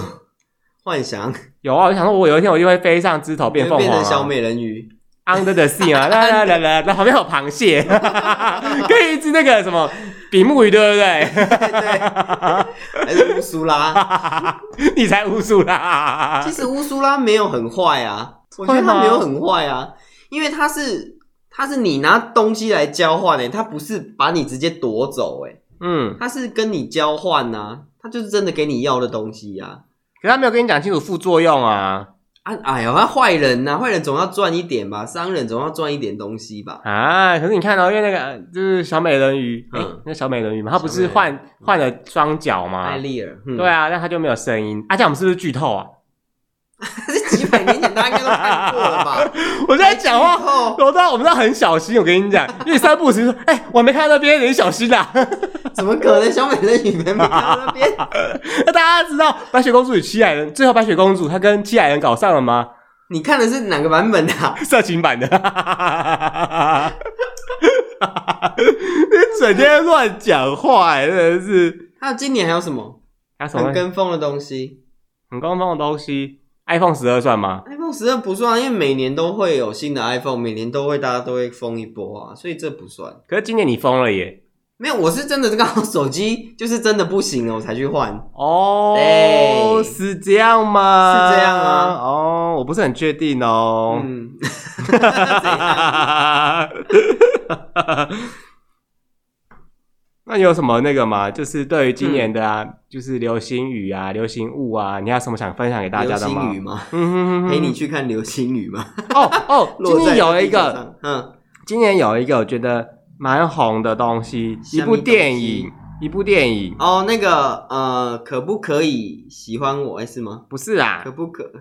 B: 幻想
A: 有啊，我就想说，我有一天我就会飞上枝头变凤
B: 变
A: 凰、
B: 成小
A: 啊、
B: 美人鱼，
A: ，Under the sea 啊，啦啦啦啦，啦，旁边有螃蟹， 跟一只那个什么比目鱼，对不对？
B: 还是乌苏拉？
A: 你才无数啦
B: 其！实乌苏拉没有很坏啊，我觉得
A: 会吗
B: 他没有很坏啊，因为他是他是你拿东西来交换诶、他不是把你直接夺走诶、
A: 嗯，
B: 他是跟你交换呐、他就是真的给你要的东西呀、
A: 可是他没有跟你讲清楚副作用啊
B: 啊。哎呦，他坏人呐、坏人总要赚一点吧，商人总要赚一点东西吧。
A: 啊！可是你看到、因为那个就是小美人鱼，哎、
B: 嗯
A: 那小美人鱼嘛，她不是
B: 小美人鱼
A: 换换了双脚吗
B: 艾？丽尔，嗯
A: 对，啊，那她就没有声音。啊，这样我们是不是剧透啊？
B: 这几百年前大家应该都看过了吧？
A: 我 在讲话，
B: 剧透
A: 我都我们都很小心。我跟你讲， 因为三不五时说，哎、我还没看到那边，你小心啊啦、
B: 怎么可能小美人鱼没看到那边？
A: 那 大家知道白雪公主与七矮人，最后白雪公主她跟七矮人搞上了吗？
B: 你看的是哪个版本啊？
A: 色情版的， 你整天乱讲话、欸，真的是。
B: 还有今年还有什么
A: 还有什么
B: 很跟风的东西？
A: 很官方的东西？iPhone 十二算吗？
B: iPhone 十二不算啊，因为每年都会有新的 iPhone，每年都会大家都会封一波啊，所以这不算。
A: 可是今年你疯了耶！
B: 没有，我是真的刚好手机就是真的不行了，我才去换。
A: 哦，
B: 对
A: 是这样吗？
B: 是这样啊
A: 哦，我不是很确定哦。
B: 嗯，
A: 那你有什么那个吗？就是对于今年的啊，
B: 嗯
A: 就是流行语啊、流行物啊，你还有什么想分享给大
B: 流
A: 家的吗
B: 星雨？嘛，
A: 嗯哼哼
B: 陪你去看流星雨嘛。
A: 哦哦，今年有一
B: 落在地球
A: 个，
B: 上，嗯，
A: 今年有一个我觉得蛮红的东西，一
B: 什
A: 部
B: 么
A: 电影，一部电影，
B: 哦，那个呃，可不可以喜欢我？哎，是吗？
A: 不是啦
B: 可，不可？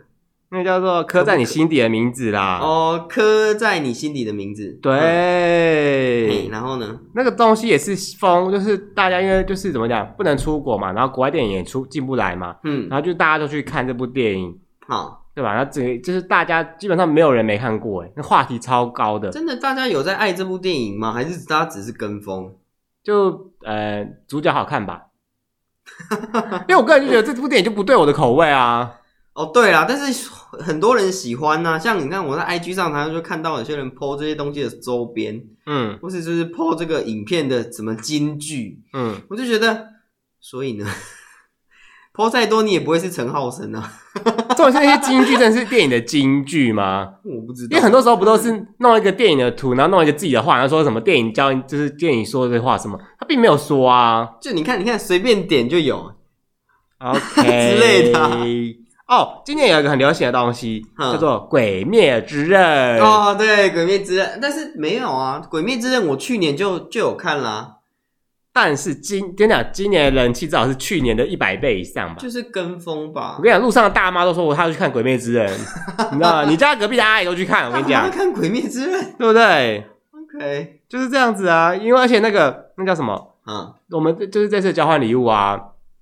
A: 那叫做刻在你心底的名字啦。
B: 哦，刻在你心底的名字。嗯嘿
A: 对，
B: 然后呢？
A: 那个东西也是风，就是大家因为就是怎么讲，不能出国嘛，然后国外电影也出进不来嘛，
B: 嗯，
A: 然后就大家都去看这部电影，
B: 好，
A: 对吧？然后整个就是大家基本上没有人没看过，哎，那话题超高的，
B: 真的大家有在爱这部电影吗？还是大家只是跟风？
A: 就呃主角好看吧。因为我个人就觉得这部电影就不对我的口味啊，
B: 哦，对啦，但是很多人喜欢呐、像你看我在 IG 上，常常就看到有些人 PO 这些东西的周边，
A: 嗯
B: 或是就是 PO 这个影片的什么金句，
A: 嗯，
B: 我就觉得，所以呢 ，PO 再多你也不会是陈浩生啊，
A: 重点是那些金句，真的是电影的金句吗？
B: 我不知
A: 因
B: 道，
A: 为很多时候不都是弄一个电影的图，然后弄一个自己的话，然后说什么电影教你就是电影说的话什么，他并没有说啊
B: 就你看，你看随便点就有，
A: ，OK
B: 之类的啊
A: 哦，今年有一个很流行的东西，
B: 嗯
A: 叫做《鬼灭之刃》。
B: 哦，对，《鬼灭之刃》，但是没有啊，《鬼灭之刃》我去年就就有看啦，
A: 但是今跟你讲，今年的人气至少是去年的一百倍以上吧。
B: 就是跟风吧
A: 我。跟你讲，路上的大妈都说我她要去看《鬼灭之刃》， 你知道吗？你家隔壁的阿姨都去看，我跟你
B: 干
A: 讲
B: 嘛，看《鬼灭之刃
A: 对不对？》
B: ，OK，
A: 就是这样子啊，因为而且那个那叫什么？
B: 啊，
A: 我们这就是这次交换礼物啊，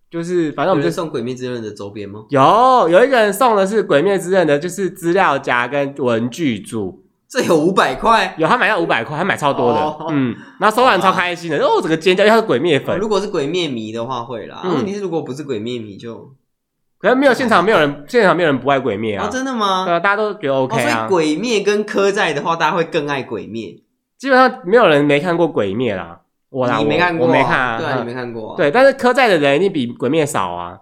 A: 就是反正
B: 那
A: 我
B: 我
A: 们
B: 们
A: 就
B: 就是送《鬼灭之刃》的周边吗？
A: 有有一个人送的是《鬼灭之刃》的，就是资料夹跟文具组，
B: 这有五百块。
A: 有他买到五百块，他买超多的，
B: 哦
A: 嗯，然后收完超开心的，哦，整个尖叫，因为他是鬼灭
B: 哦
A: 粉，
B: 如果是鬼灭迷的话会啦，
A: 嗯
B: 问题是如果不是鬼灭迷就
A: 可是没有现场，没有人现场没有人不爱鬼灭啊，
B: 哦，真的吗？
A: 对啊，大家都觉得 OK
B: 哦，所以
A: 啊。
B: 《鬼灭》跟《科在》的话，大家会更爱《鬼灭》。
A: 基本上没有人没看过《鬼灭》啦，我啦，
B: 你没
A: 我
B: 看过？
A: 我没看啊，
B: 对啊，
A: 嗯
B: 你没看过啊。
A: 对，但是科在的人一定比《鬼灭》少啊，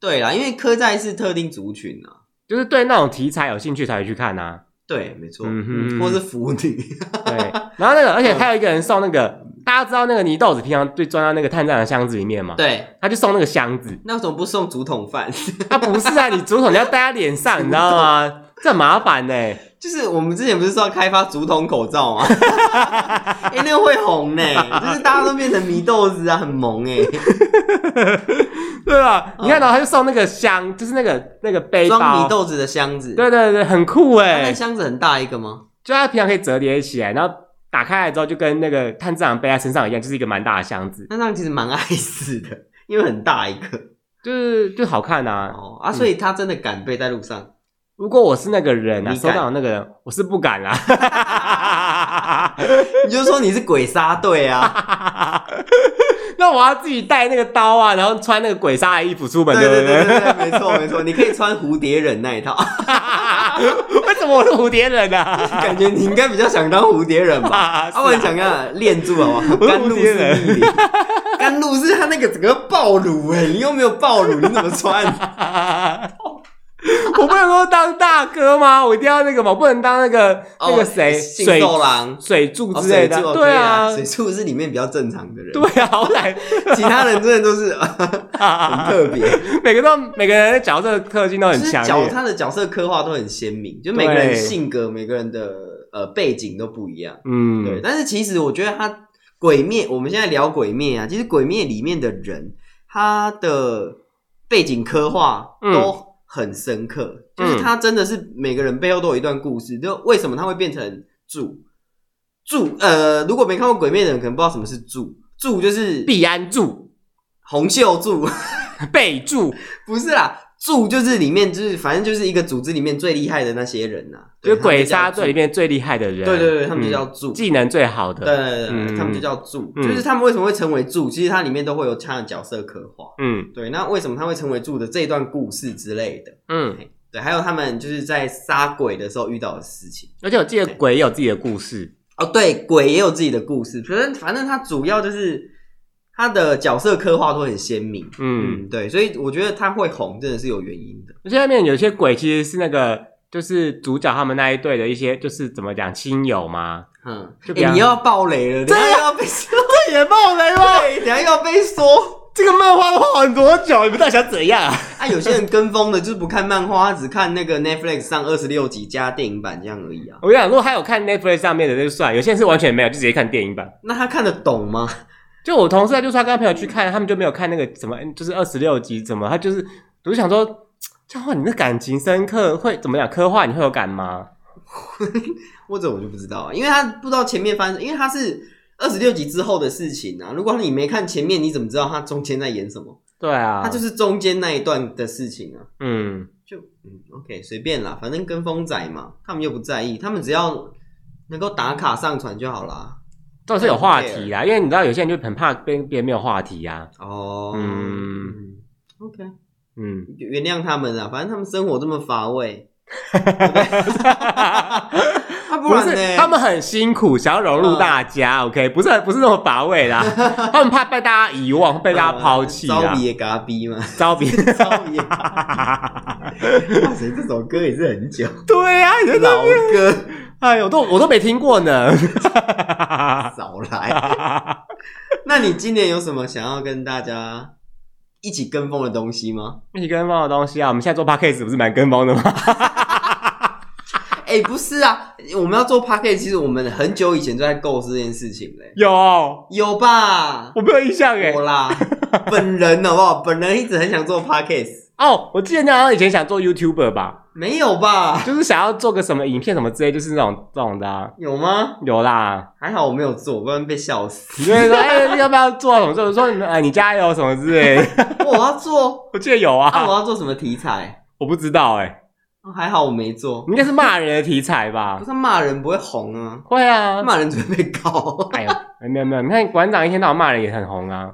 B: 对啦，因为科在是特定族群啊。
A: 就是对那种题材有兴趣才会去看啊。
B: 对，没错，
A: 嗯哼
B: 嗯或是腐 女。
A: 对，然后那个，而且
B: 嗯
A: 还有一个人送那个，大家知道那个泥豆子平常被装到那个探长的箱子里面嘛，
B: 对，
A: 他就送那个箱子，
B: 那为什么不送竹筒饭？
A: 他不是啊，你竹筒你要戴在脸上，你知道吗？这很麻烦呢、
B: 就是我们之前不是说要开发竹筒口罩 吗？哎、那个会红呢、就是大家都变成迷豆子啊，很萌哎、
A: 对吧？
B: 嗯
A: 你看到、哦他就送那个箱，就是那个那个背
B: 装迷
A: 包，
B: 豆子的箱子。，啊
A: 对对对，很酷哎、
B: 那箱子很大一个吗？
A: 就它平常可以折叠起来，然后打开来之后就跟那个探长背在啊身上一样，就是一个蛮大的箱子，
B: 那那样其实蛮碍事的，因为很大一个。
A: 就是就好看啊。
B: 哦啊，所以他真的敢背在路上。
A: 如果我是那个人啊，
B: 你
A: 收
B: 敢
A: 到那个人，我是不敢啊啦。
B: 你就说你是鬼杀队啊？
A: 那我要自己带那个刀啊，然后穿那个鬼杀的衣服出门，
B: 对
A: 不
B: 对对对对， 没错没错，你可以穿蝴蝶忍那一套，
A: 为什么我是蝴蝶人 啊？
B: 感觉你应该比较想当蝴蝶忍吧？
A: 啊
B: 阿文想看练住好不
A: 我
B: 好？
A: 是
B: 甘
A: 蝴
B: 露
A: 蝶
B: 是
A: 忍
B: 逆鳞，甘露是他那个整个爆乳哎、你又没有爆乳，你怎 么穿？
A: 我不能够当大哥吗？我一定要那个嘛，我不能当那个、
B: 哦
A: 那个谁
B: 信
A: 水
B: 受狼
A: 水柱
B: 哦
A: 之类
B: 水
A: 的，
B: 柱
A: 对
B: OK
A: 啊
B: 啊，，水柱是里面比较正常的人，
A: 对啊，我来，
B: 其他人真的都是 很特别，
A: 每个都每个人的角色特性都很
B: 就是
A: 强
B: 角
A: 烈，
B: 他的角色刻画都很鲜明，就每个人
A: 对
B: 性格、每个人的呃背景都不一样。对，
A: 嗯，
B: 但是其实我觉得他《鬼灭》，我们现在聊《鬼灭》啊，其实《鬼灭》里面的人，他的背景刻画
A: 嗯
B: 都很深刻，
A: 嗯
B: 就是他真的是每个人背后都有一段故事。就为什么他会变成柱柱？呃，如果没看过《鬼灭》的人，可能不知道什么是柱。柱就是
A: 必安柱、
B: 红袖柱，
A: 备注，
B: 不是啦。柱就是里面就是反正就是一个组织里面最厉害的那些人呐、
A: 就
B: 对
A: 是鬼杀队里
B: 对
A: 面最厉害的人，
B: 对对对，他们就
A: 嗯
B: 叫柱。
A: 技能最好的，
B: 对对对
A: 嗯
B: 对，他们就叫柱，
A: 嗯
B: 就是他们为什么会成为柱，其实它里面都会有他的角色刻画。
A: 嗯
B: 对，那为什么他会成为柱的这一段故事之类的？
A: 嗯，
B: 对，还有他们就是在杀鬼的时候遇到的事情。
A: 而且我记得鬼也有自己的故事，
B: 哦，对，鬼也有自己的故事，反正反正他主要就是他的角色刻画都很鲜明。
A: 嗯，
B: 嗯，对，所以我觉得他会红真的是有原因的。
A: 而且外面有些鬼其实是那个。就是主角他们那一队的一些，就是怎么讲亲友嘛，
B: 嗯，
A: 就比
B: 欸、
A: 方
B: 你又要爆雷了，等一下
A: 对
B: 又
A: 啊
B: 要被 说，
A: 这也爆雷吗？
B: 对，等一下又要被说。
A: 这个漫画都画很多久，你们到底想怎样啊？
B: 啊，有些人跟风的就是不看漫画，他只看那个 Netflix 上二十六集加电影版这样而已啊。
A: 我跟你讲，如果他有看 Netflix 上面的那就算，有些人是完全没有，就直接看电影版。
B: 那他看得懂吗？
A: 就我同事他就说他跟他朋友去看，他们就没有看那个什么，就是二十六集怎么，他就是我就想说，这样的话你的感情深刻会怎么讲？刻画你会有感吗？
B: 或者我就不知道啊，因为他不知道前面发生，因为他是二十六集之后的事情啊。如果你没看前面，你怎么知道他中间在演什么？
A: 对啊，
B: 他就是中间那一段的事情啊。
A: 嗯，
B: 就嗯，OK，随便啦，反正跟风仔嘛，他们又不在意，他们只要能够打卡上传就好啦。
A: 都是有话题啦，因为你知道有些人就很怕别别人没有话题呀、啊，
B: 哦，
A: 嗯
B: 嗯，OK，
A: 嗯，
B: 原谅他们啊，反正他们生活这么乏味，啊，不
A: 不
B: 然
A: 是
B: 呢？嗯
A: 他们很辛苦，想要融入大家、o k 不是不是那么乏味 啦，他们怕被大家遗忘，被大家抛弃
B: 招
A: 啦，
B: 比也嘎逼嘛，
A: 招比，
B: 招比也嘎逼。哇塞，这首歌也是很久。
A: 对呀、啊，你在那
B: 老
A: 边，
B: 歌
A: 哎呦，我都我都没听过呢。
B: 少来。 那你今年有什么想要跟大家一起跟风的东西吗？
A: 一起跟风的东西啊，我们现在做 podcast 不是蛮跟风的吗？
B: 哎、不是啊，我们要做 p a c k a g e 其实我们很久以前就在构思这件事情嘞，
A: 有，我
B: 有吧？
A: 没有印象哎
B: 我。啦，本人好不好？本人一直很想做 p a c k a g e
A: 哦，我记得你好像以前想做 YouTuber 吧，
B: 没有吧？
A: 就是想要做个什么影片什么之类，就是那种这种的啊、
B: 有吗？
A: 有啦，
B: 还好我没有做，不然被笑死。
A: 你就会说， 哎、要不要做什么？我说，哎，你加油什么之类。
B: 我要 做，
A: 我记得有啊，
B: 啊，我要做什么题材？
A: 我不知道哎、
B: 哦还好我没做，
A: 应该是骂人的题材吧
B: 不？是骂人不会红啊，
A: 会啊，
B: 骂人只会被告。
A: 哎呦，没有没有，你看馆长一天到晚骂人也很红啊，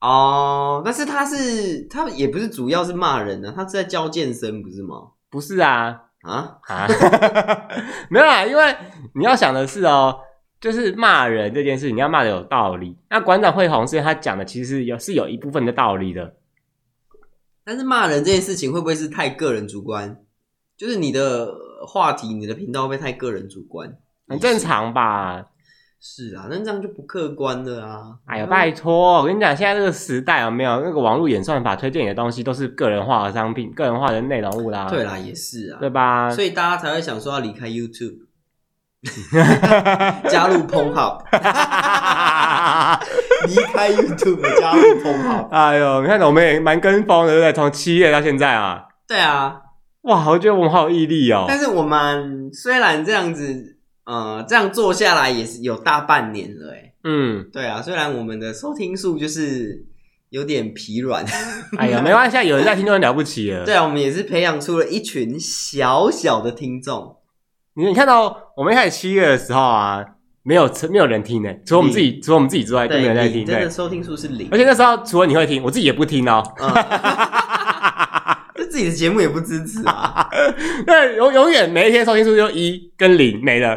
B: 哦，但是他是他也不是主要是骂人的、啊，他是在教健身不是吗？
A: 不是啊
B: 啊，
A: 啊， 没有啦，因为你要想的是哦，就是骂人这件事，你要骂的有道理。那馆长会红是因为他讲的其实有是有一部分的道理的，
B: 但是骂人这件事情会不会是太个人主观？就是你的话题、你的频道会不会太个人主观？
A: 很正常吧？
B: 是啊，那这样就不客观了啊！
A: 哎呀，拜托，我跟你讲，现在这个时代哦有没有那个网络演算法推荐你的东西都是个人化的商品、个人化的内容物啦，
B: 对啦，也是啊，
A: 对吧？
B: 所以 大家才会想说要离开 YouTube，加入 p o n h u b 离开 YouTube 加入 p o n h u b
A: 哎呦，你看我们也蛮跟风的，对不对？从七月到现在啊，
B: 对啊，
A: 哇，我觉得我们好有毅力哦。
B: 但是我们虽然这样子，呃，这样做下来也是有大半年了、欸，哎，
A: 嗯，
B: 对啊，虽然我们的收听数就是有点疲软，
A: 哎呀，没关系，有人在听就很了不起了。
B: 对啊，我们也是培养出了一群小小的听众，
A: 你你看到我们一开始七月的时候啊，没有没有人听呢，除了我们自己，除了我们自己之外，都没有人在
B: 嗯对，
A: 听。
B: 你真
A: 对
B: 的，收听数是零
A: 而，且那时候除了你会听，我自己也不听哦。
B: 对自己的节目也不支持啊。
A: 那永永远每一天收听数就一跟零没了。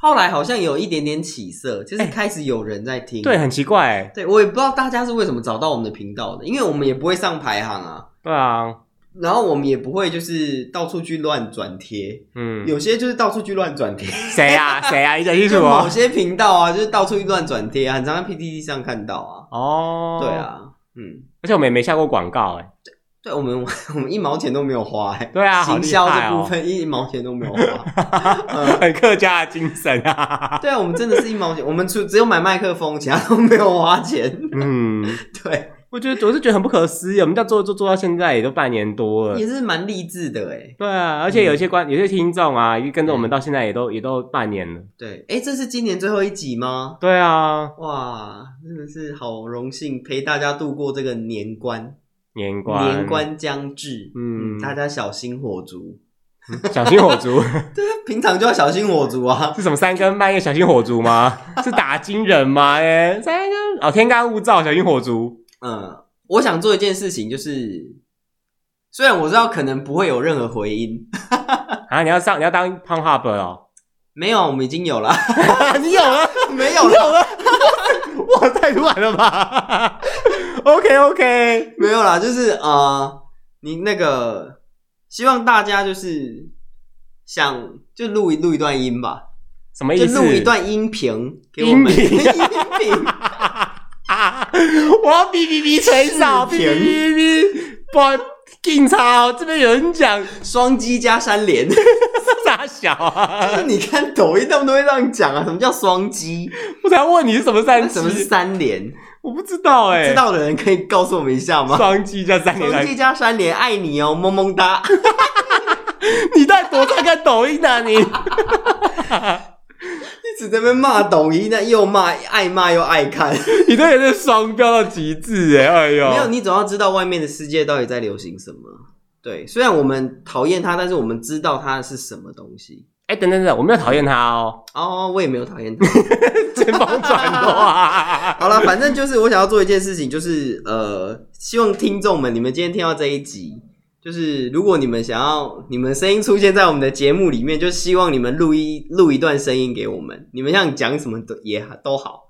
B: 后来好像有一点点起色，就是开始有人在听，
A: 哎对，很奇怪欸。
B: 对，我也不知道大家是为什么找到我们的频道的，因为我们也不会上排行啊，
A: 对啊，
B: 然后我们也不会就是到处去乱转贴，
A: 嗯，
B: 有些就是到处去乱转 贴，
A: 谁 啊？谁啊？你讲清楚
B: 就某
A: 哦。
B: 些频道啊，就是到处去乱转贴啊，很常在 PTT 上看到啊。
A: 哦，
B: 对，啊，嗯，
A: 而且我们也没下过广告哎。
B: 对，我们 我们一毛钱都没有花、欸，
A: 对啊，好
B: 行
A: 厉
B: 销
A: 害
B: 这部
A: 哦，
B: 分一毛钱都没有花。 嗯
A: 很客家的精神啊。
B: 对啊，我们真的是一毛钱，我们除只有买麦克风，其他都没有花钱。
A: 嗯，
B: 对，
A: 我觉得我是觉得很不可思议，我们这样做做做到现在也都半年多了
B: 也。是嗯蛮励志的哎、欸。
A: 对啊，而且有些观有些听众啊，跟着我们到现在也
B: 嗯
A: 都也都半年了。
B: 对，哎、这是今年最后一集吗？
A: 对啊，
B: 哇，真的是好荣幸陪大家度过这个年关，
A: 年关
B: 年，关将至，
A: 嗯
B: 嗯，大家小心火烛。
A: 小心火烛
B: 平常就要小心火烛啊。
A: 是什么？三更半夜小心火烛 吗？是打金人吗？哎，三更哦，天干物燥，小心火烛。
B: 嗯，我想做一件事情，就是虽然我知道可能不会有任何回音，
A: 啊，你要上你要当 p o n h u b 哦。
B: 没有，我们已经 有了，
A: 你有 了，
B: 没有了，
A: 哇，太突然了吧 ？OK OK，
B: 没有啦，就是呃，你那个希望大家就是想就录一录一段音吧，
A: 什么
B: 就
A: 意思？
B: 录一段音频给我们，
A: 音频
B: 音频
A: 啊！ 我要哔哔哔吹哨，哔哔
B: 视频
A: 哔哔，不，警察哦，这边有人讲
B: 双击加三连，
A: 傻小啊！
B: 就是你看抖音他们都会这样讲啊，什么叫双击？
A: 我才问你是什么三
B: 那
A: 级
B: 什么是三连？
A: 我不知道哎、
B: 知道的人可以告诉我们一下吗？
A: 双击加三连
B: 双
A: 三
B: 击，加三连，爱你哦，么么哒。
A: 你到底多在看抖音啊 你？
B: 一直在那边骂抖音，那又骂爱骂又爱看。
A: 你这也是双标到极致哎、哎呦，
B: 没有，你总要知道外面的世界到底在流行什么。对，虽然我们讨厌它，但是我们知道它是什么东西。
A: 哎、等等等，我没有讨厌他哦，
B: 哦，我也没有讨厌它。
A: 前方 转的话，
B: 好了，反正就是我想要做一件事情，就是呃，希望听众们，你们今天听到这一集，就是如果你们想要你们声音出现在我们的节目里面，就希望你们录一录一段声音给我们，你们想讲什么都也都好，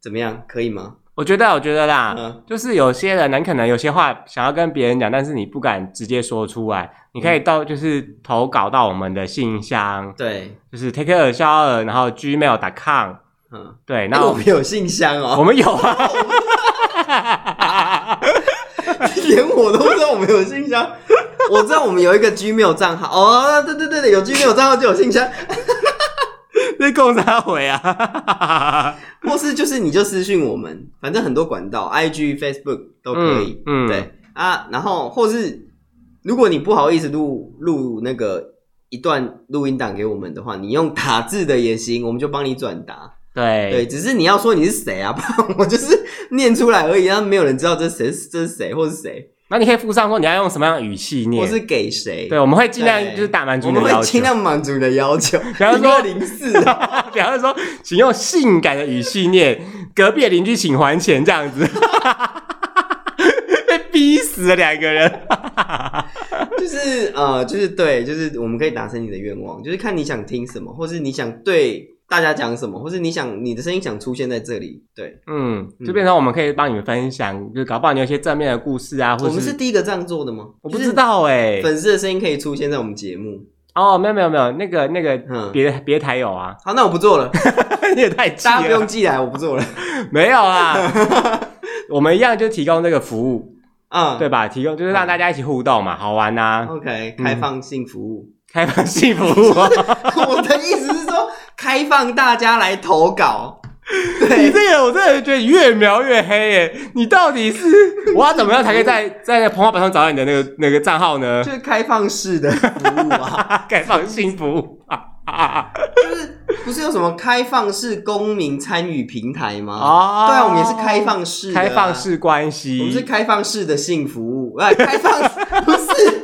B: 怎么样？可以吗？
A: 我觉得我觉得啦，
B: 嗯
A: 就是有些人，你可能有些话想要跟别人讲，但是你不敢直接说出来，你
B: 嗯
A: 可以到就是投稿到我们的信箱，
B: 对，
A: 就是 take a shower，然后 gmail.com，
B: 嗯，
A: 对，然
B: 那我
A: 后
B: 们有信箱哦、
A: 我们有 啊，
B: 连我都不知道我们有信箱。 我知道我们有一个 Gmail 账号哦，对对对对，有 Gmail 账号就有信箱，
A: 这共啥回 啊？
B: 或是就是你就私信我们，反正很多管道，IG、Facebook 都可以。
A: 嗯嗯
B: 对啊，然后或是如果你不好意思录录那个一段录音档给我们的话，你用打字的也行，我们就帮你转达。对，
A: 对，
B: 只是你 要说你是谁啊，不然我就是念出来而已，然后没有人知道这是谁，这是谁或是谁。
A: 然后你可以附上说你要用什么样的语气念
B: 我。是给谁？
A: 对，我们会尽量
B: 对
A: 就是大满足
B: 我
A: 你
B: 们
A: 的要
B: 会
A: 求
B: 尽。量满足你的要求。
A: 比方说
B: 零四，
A: 比方说，请用性感的语气念“隔壁的邻居请还钱”这样子， 被逼死了两个人。
B: 就是呃，就是对，就是我们可以达成你的愿望，就是看你想听什么，或是你想对大家讲什么，或是你想你的声音想出现在这里。对，
A: 嗯，就变成我们可以帮你们分享，就搞不好你有一些正面的故事啊，或
B: 我
A: 者
B: 们是第一个这样做的吗？
A: 我不知，道哎、
B: 粉丝的声音可以出现在我们节目。
A: 哦，没有没有没有，那个那个
B: 嗯
A: 别的别的台有啊，
B: 好，那我不做了，
A: 你也太气
B: 大家不用
A: 了，
B: 寄来，我不 做了。
A: 没有 啦，我们一样就提供这个服务，
B: 啊、
A: 对吧？提供就是让大家一起互动嘛，好玩呐、
B: ，OK，
A: 嗯
B: 开放性服务。
A: 开放性服务、啊。
B: 我的意思是说，开放大家来投稿。
A: 你这个我真的觉得越描越黑耶！你到底 是我要怎么样才可以在在那个朋友板上找到你的那个那个账号呢
B: 就？是开放式的服 务啊，
A: 开放性服务啊啊啊！
B: 就是不是有什么开放式公民参与平台吗？
A: 哦
B: 对啊，我们也是开放式的啊、
A: 开放式关系，
B: 我们是开放式的性服务，哎， 开放不是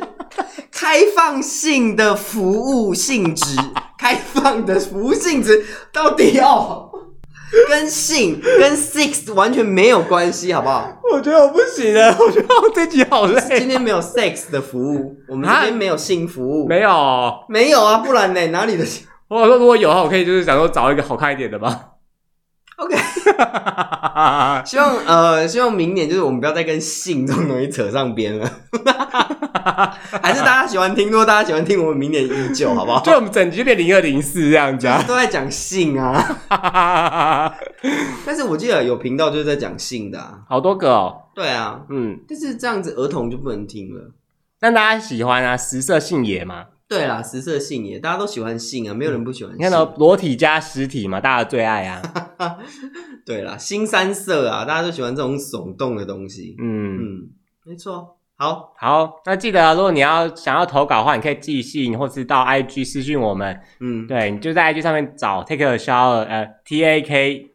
B: 开放性的服务性质，开放的服务性质到底要 跟性跟 sex 完全没有关系，好不 好？
A: 我觉得我不行了，我觉得我这集好累。
B: 今天没有 sex 的服务，我们这边没有性服务，
A: 没有，
B: 没有啊，不然呢？哪里的
A: 我说如果有的话，我可以就是想说找一个好看一点的 吧。
B: OK？希望呃，希望明年就是我们不要再跟性这种东西扯上边了。 还是大家喜欢听，如果大家喜欢听，我们明年依旧，好不好？
A: 就我们整集就变零二零四这样子
B: 都在讲 性啊，
A: 啊，
B: 但是我记得有频道就是在讲性的、啊，
A: 好多个哦，
B: 对啊，
A: 嗯，
B: 但是这样子儿童就不能听了。
A: 让大家喜欢啊，食色性也嘛。
B: 对啦，食色性也，大家都喜欢性啊，没有人不喜欢
A: 你
B: 性。
A: 看到裸体加实体嘛，大家的最爱啊。
B: 对啦，新三色啊，大家都喜欢这种耸动的东西。
A: 嗯，
B: 嗯，没错。好，
A: 好，那记得啊、如果你要想要投稿的话，你可以寄信或是到 IG 私讯我们。
B: 嗯，
A: 对，你就在 IG 上面找 Take a shower，呃，T A K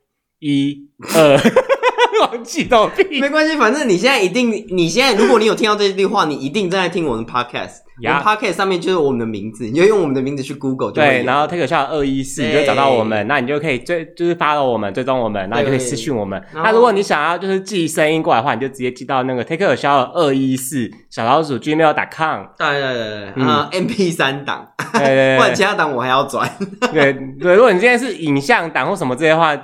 A: 一二， 忘记到屁。
B: 没关系，反正你现在一定，你现在如果你有听到这句话，你一定正在听我们的 podcast，我
A: 呀
B: 们 podcast 上面就是我们的名字，你就用我们的名字去 Google 就会
A: 对，
B: 有
A: 然后 Take a shower 二一四，你就找到我们，那你就可以追，就是 follow 我们，追踪我们，那你就可以私讯我们。
B: 然
A: 那
B: 后
A: 如果你想要就是寄声音过来的话，你就直接寄到那个 Take a shower 二一四小老鼠 gmail.com。
B: 对对对对
A: 嗯
B: 对，啊，MP 三档，
A: 对对
B: 不然
A: 对
B: 其他档我还要转，
A: 对对，如果你今天是影像档或什么这些话，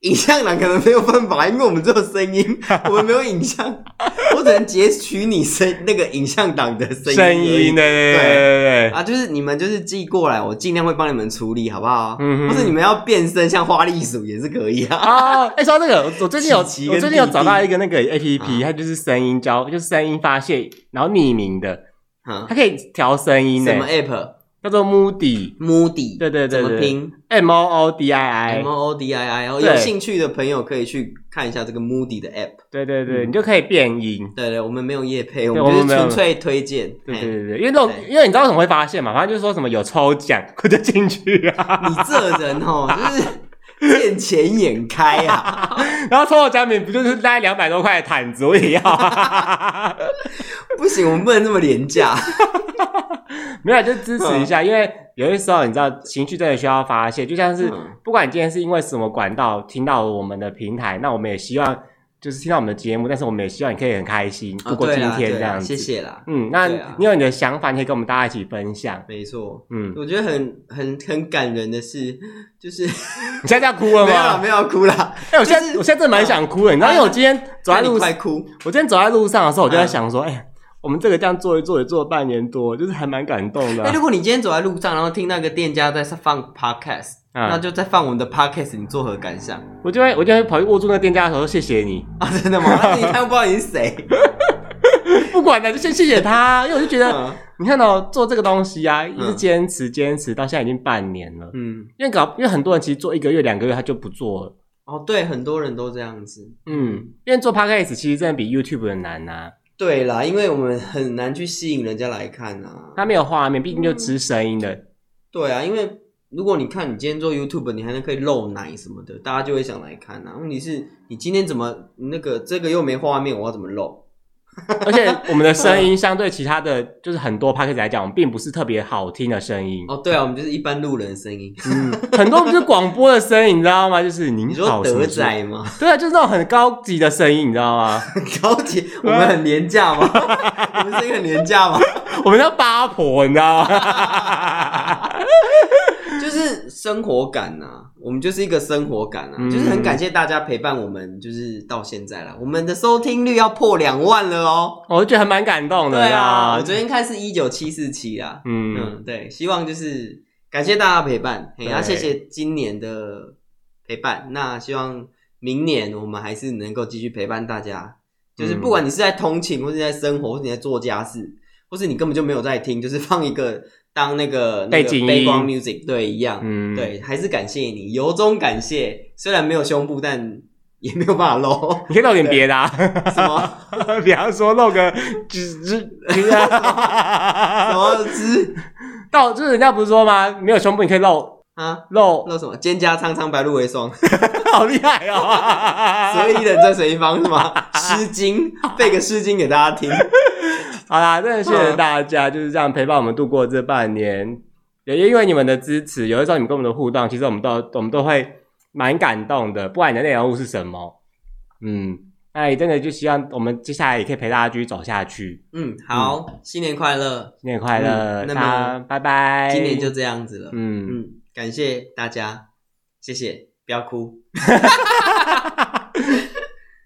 B: 影像档可能没有办法，因为我们只有 声音，我们没有影像，我只能截取你声那个影像档的声音而
A: 声
B: 已
A: 音，对对对对对，
B: 啊，就是你们就是寄过来，我尽量会帮你们处理，好不好？
A: 嗯哼
B: 或者你们要变身像花栗鼠也是可以啊。
A: 哦，哎，说到这个，我我最近有我
B: 琪琪跟
A: 最近有
B: 弟弟
A: 找到一个那个 A P P，
B: 啊
A: 它就是声音交，就是声音发泄，然后匿名的，
B: 啊
A: 它，可以调声音呢
B: 什，么 app？Moody，
A: 叫做 Moody，对对对
B: 怎么
A: 对
B: 拼？
A: M O O D I I，
B: M O O D I I，哦，
A: 对
B: 有兴趣的朋友可以去看一下这个 Moody 的 app。
A: 对对对，
B: 嗯
A: 你就可以变音。
B: 对对，我们没有业配，我
A: 我
B: 们
A: 们
B: 就
A: 没
B: 是
A: 有
B: 纯粹推荐。
A: 对对
B: 嘿
A: 对对，因为那种，
B: 对
A: 因为你知道为什么会发现嘛，反正就是说什么有抽奖，我就进去啊，
B: 哎你这人哦，就是见钱眼开啊！
A: 然后抽到奖品不就是大概两百多块的毯子我也要啊，
B: 不行，我们不能这么 廉价。
A: 没有，就支持一下，
B: 嗯
A: 因为有些时候你知道情绪真的需要发泄，就像是
B: 嗯
A: 不管你今天是因为什么管道听到我们的平台，那我们也希望就是听到我们的节目，但是我们也希望你可以很开心
B: 啊
A: 度过
B: 对
A: 今
B: 啦
A: 天
B: 对
A: 这
B: 啦
A: 样子。
B: 谢谢啦。
A: 嗯，那
B: 对啊
A: 你有你的想法，你可以跟我们大家一起分享。
B: 没错，
A: 嗯，
B: 我觉得很很很感人的是，就是
A: 你现在要哭了
B: 没有啦，
A: 吗？
B: 没有要哭啦，
A: 哎、我现在、
B: 就是
A: 我现在真的蛮想哭的，你知道，因为我今天走在
B: 那你
A: 路上
B: 快，嗯哭。
A: 我今天走在路上的时候，我就在想说，哎、我们这个这样做一做也做了半年多，就是还蛮感动的
B: 那
A: 啊、
B: 哎如果你今天走在路上，然后听那个店家在放 podcast，
A: 嗯
B: 哎那就在放我们的 podcast，你作何感想？
A: 我就会我就会跑去握住那个店家的手说谢谢你，
B: 啊，真的吗？那你他又不知道你是谁。
A: 不管了，就先谢谢 他，因为我就觉得
B: 嗯
A: 你看到、做这个东西啊，一直坚持坚持到现在已经半年了。
B: 嗯，
A: 因为搞，因为很多人其实做一个月、两个月他就不做了。
B: 哦，对，很多人都这样子。
A: 嗯，因为做 podcast 其实真的比 YouTube 的难啊呐、
B: 对啦，因为我们很难去吸引人家来看啊。
A: 它没有画面，毕竟就
B: 嗯
A: 吃声音 的。
B: 对啊，因为如果你看你今天做 YouTube，你还能可以露奶什么的，大家就会想来看啊。问题是，你今天怎么你那个这个又没画面，我要怎么露？
A: 而且我们的声音相对其他的就是很多 p a c k a g e 来讲，我们并不是特别好听的声 音，
B: 哦，对啊，我们就是一般路人的声音。
A: 嗯，很多就是广播的声音，你知道吗？就是您
B: 你
A: 好
B: 说
A: 什么
B: 德
A: 之类的
B: 仔吗？
A: 对啊，就是那种很高级的声音，你知道吗？
B: 高铁，我们很廉 价吗？我们声音很廉价吗？
A: 我们叫八婆，你知道吗？
B: 就是生活感呐、啊，我们就是一个生活感啊，
A: 嗯
B: 就是很感谢大家陪伴我们，就是到现在啦，我们的收听率要破两万了哦。
A: 我就觉得还蛮感动的
B: 对啊，
A: 啦
B: 我。昨天看是一九七四期啦，
A: 嗯，
B: 嗯，对，希望就是感谢大家陪伴，嘿，
A: 对
B: 要、谢谢今年的陪伴，那希望明年我们还是能够继续陪伴大家，就是
A: 嗯
B: 不管你是在通勤，或是在生活，或是你在做家事，或是你根本就没有在听，就是放一个当那个那
A: 背
B: 个
A: 景音
B: 背光 music 对一样，
A: 嗯
B: 对，还是感谢你，由衷感谢，虽然没有胸部，但也没有办法露
A: 你可以露点别的、啊，
B: 什么
A: 比方说露 个只只，
B: 什么之
A: 到就是人家不是说吗？没有胸部你可以露
B: 啊。
A: 露，
B: 露什么？蒹葭苍苍，白露为霜。
A: 好厉害哦！
B: 所以人在谁方是吗？诗经，背个诗经给大家听。
A: 好啦，真的谢
B: 嗯
A: 谢大家，就是这样陪伴我们度过这半年。也因为你们的支持，有的时候你们跟我们的互动，其实我们都我们都会蛮感动的，不管你的内容物是什么，嗯，那也真的就希望我们接下来也可以陪大家继续走下去。
B: 嗯，好，新年快乐！
A: 新年快乐，
B: 嗯那
A: 大
B: 么
A: 家拜嗯拜。
B: 今年就这样子了。
A: 嗯。
B: 嗯，感谢大家，谢谢，不要哭。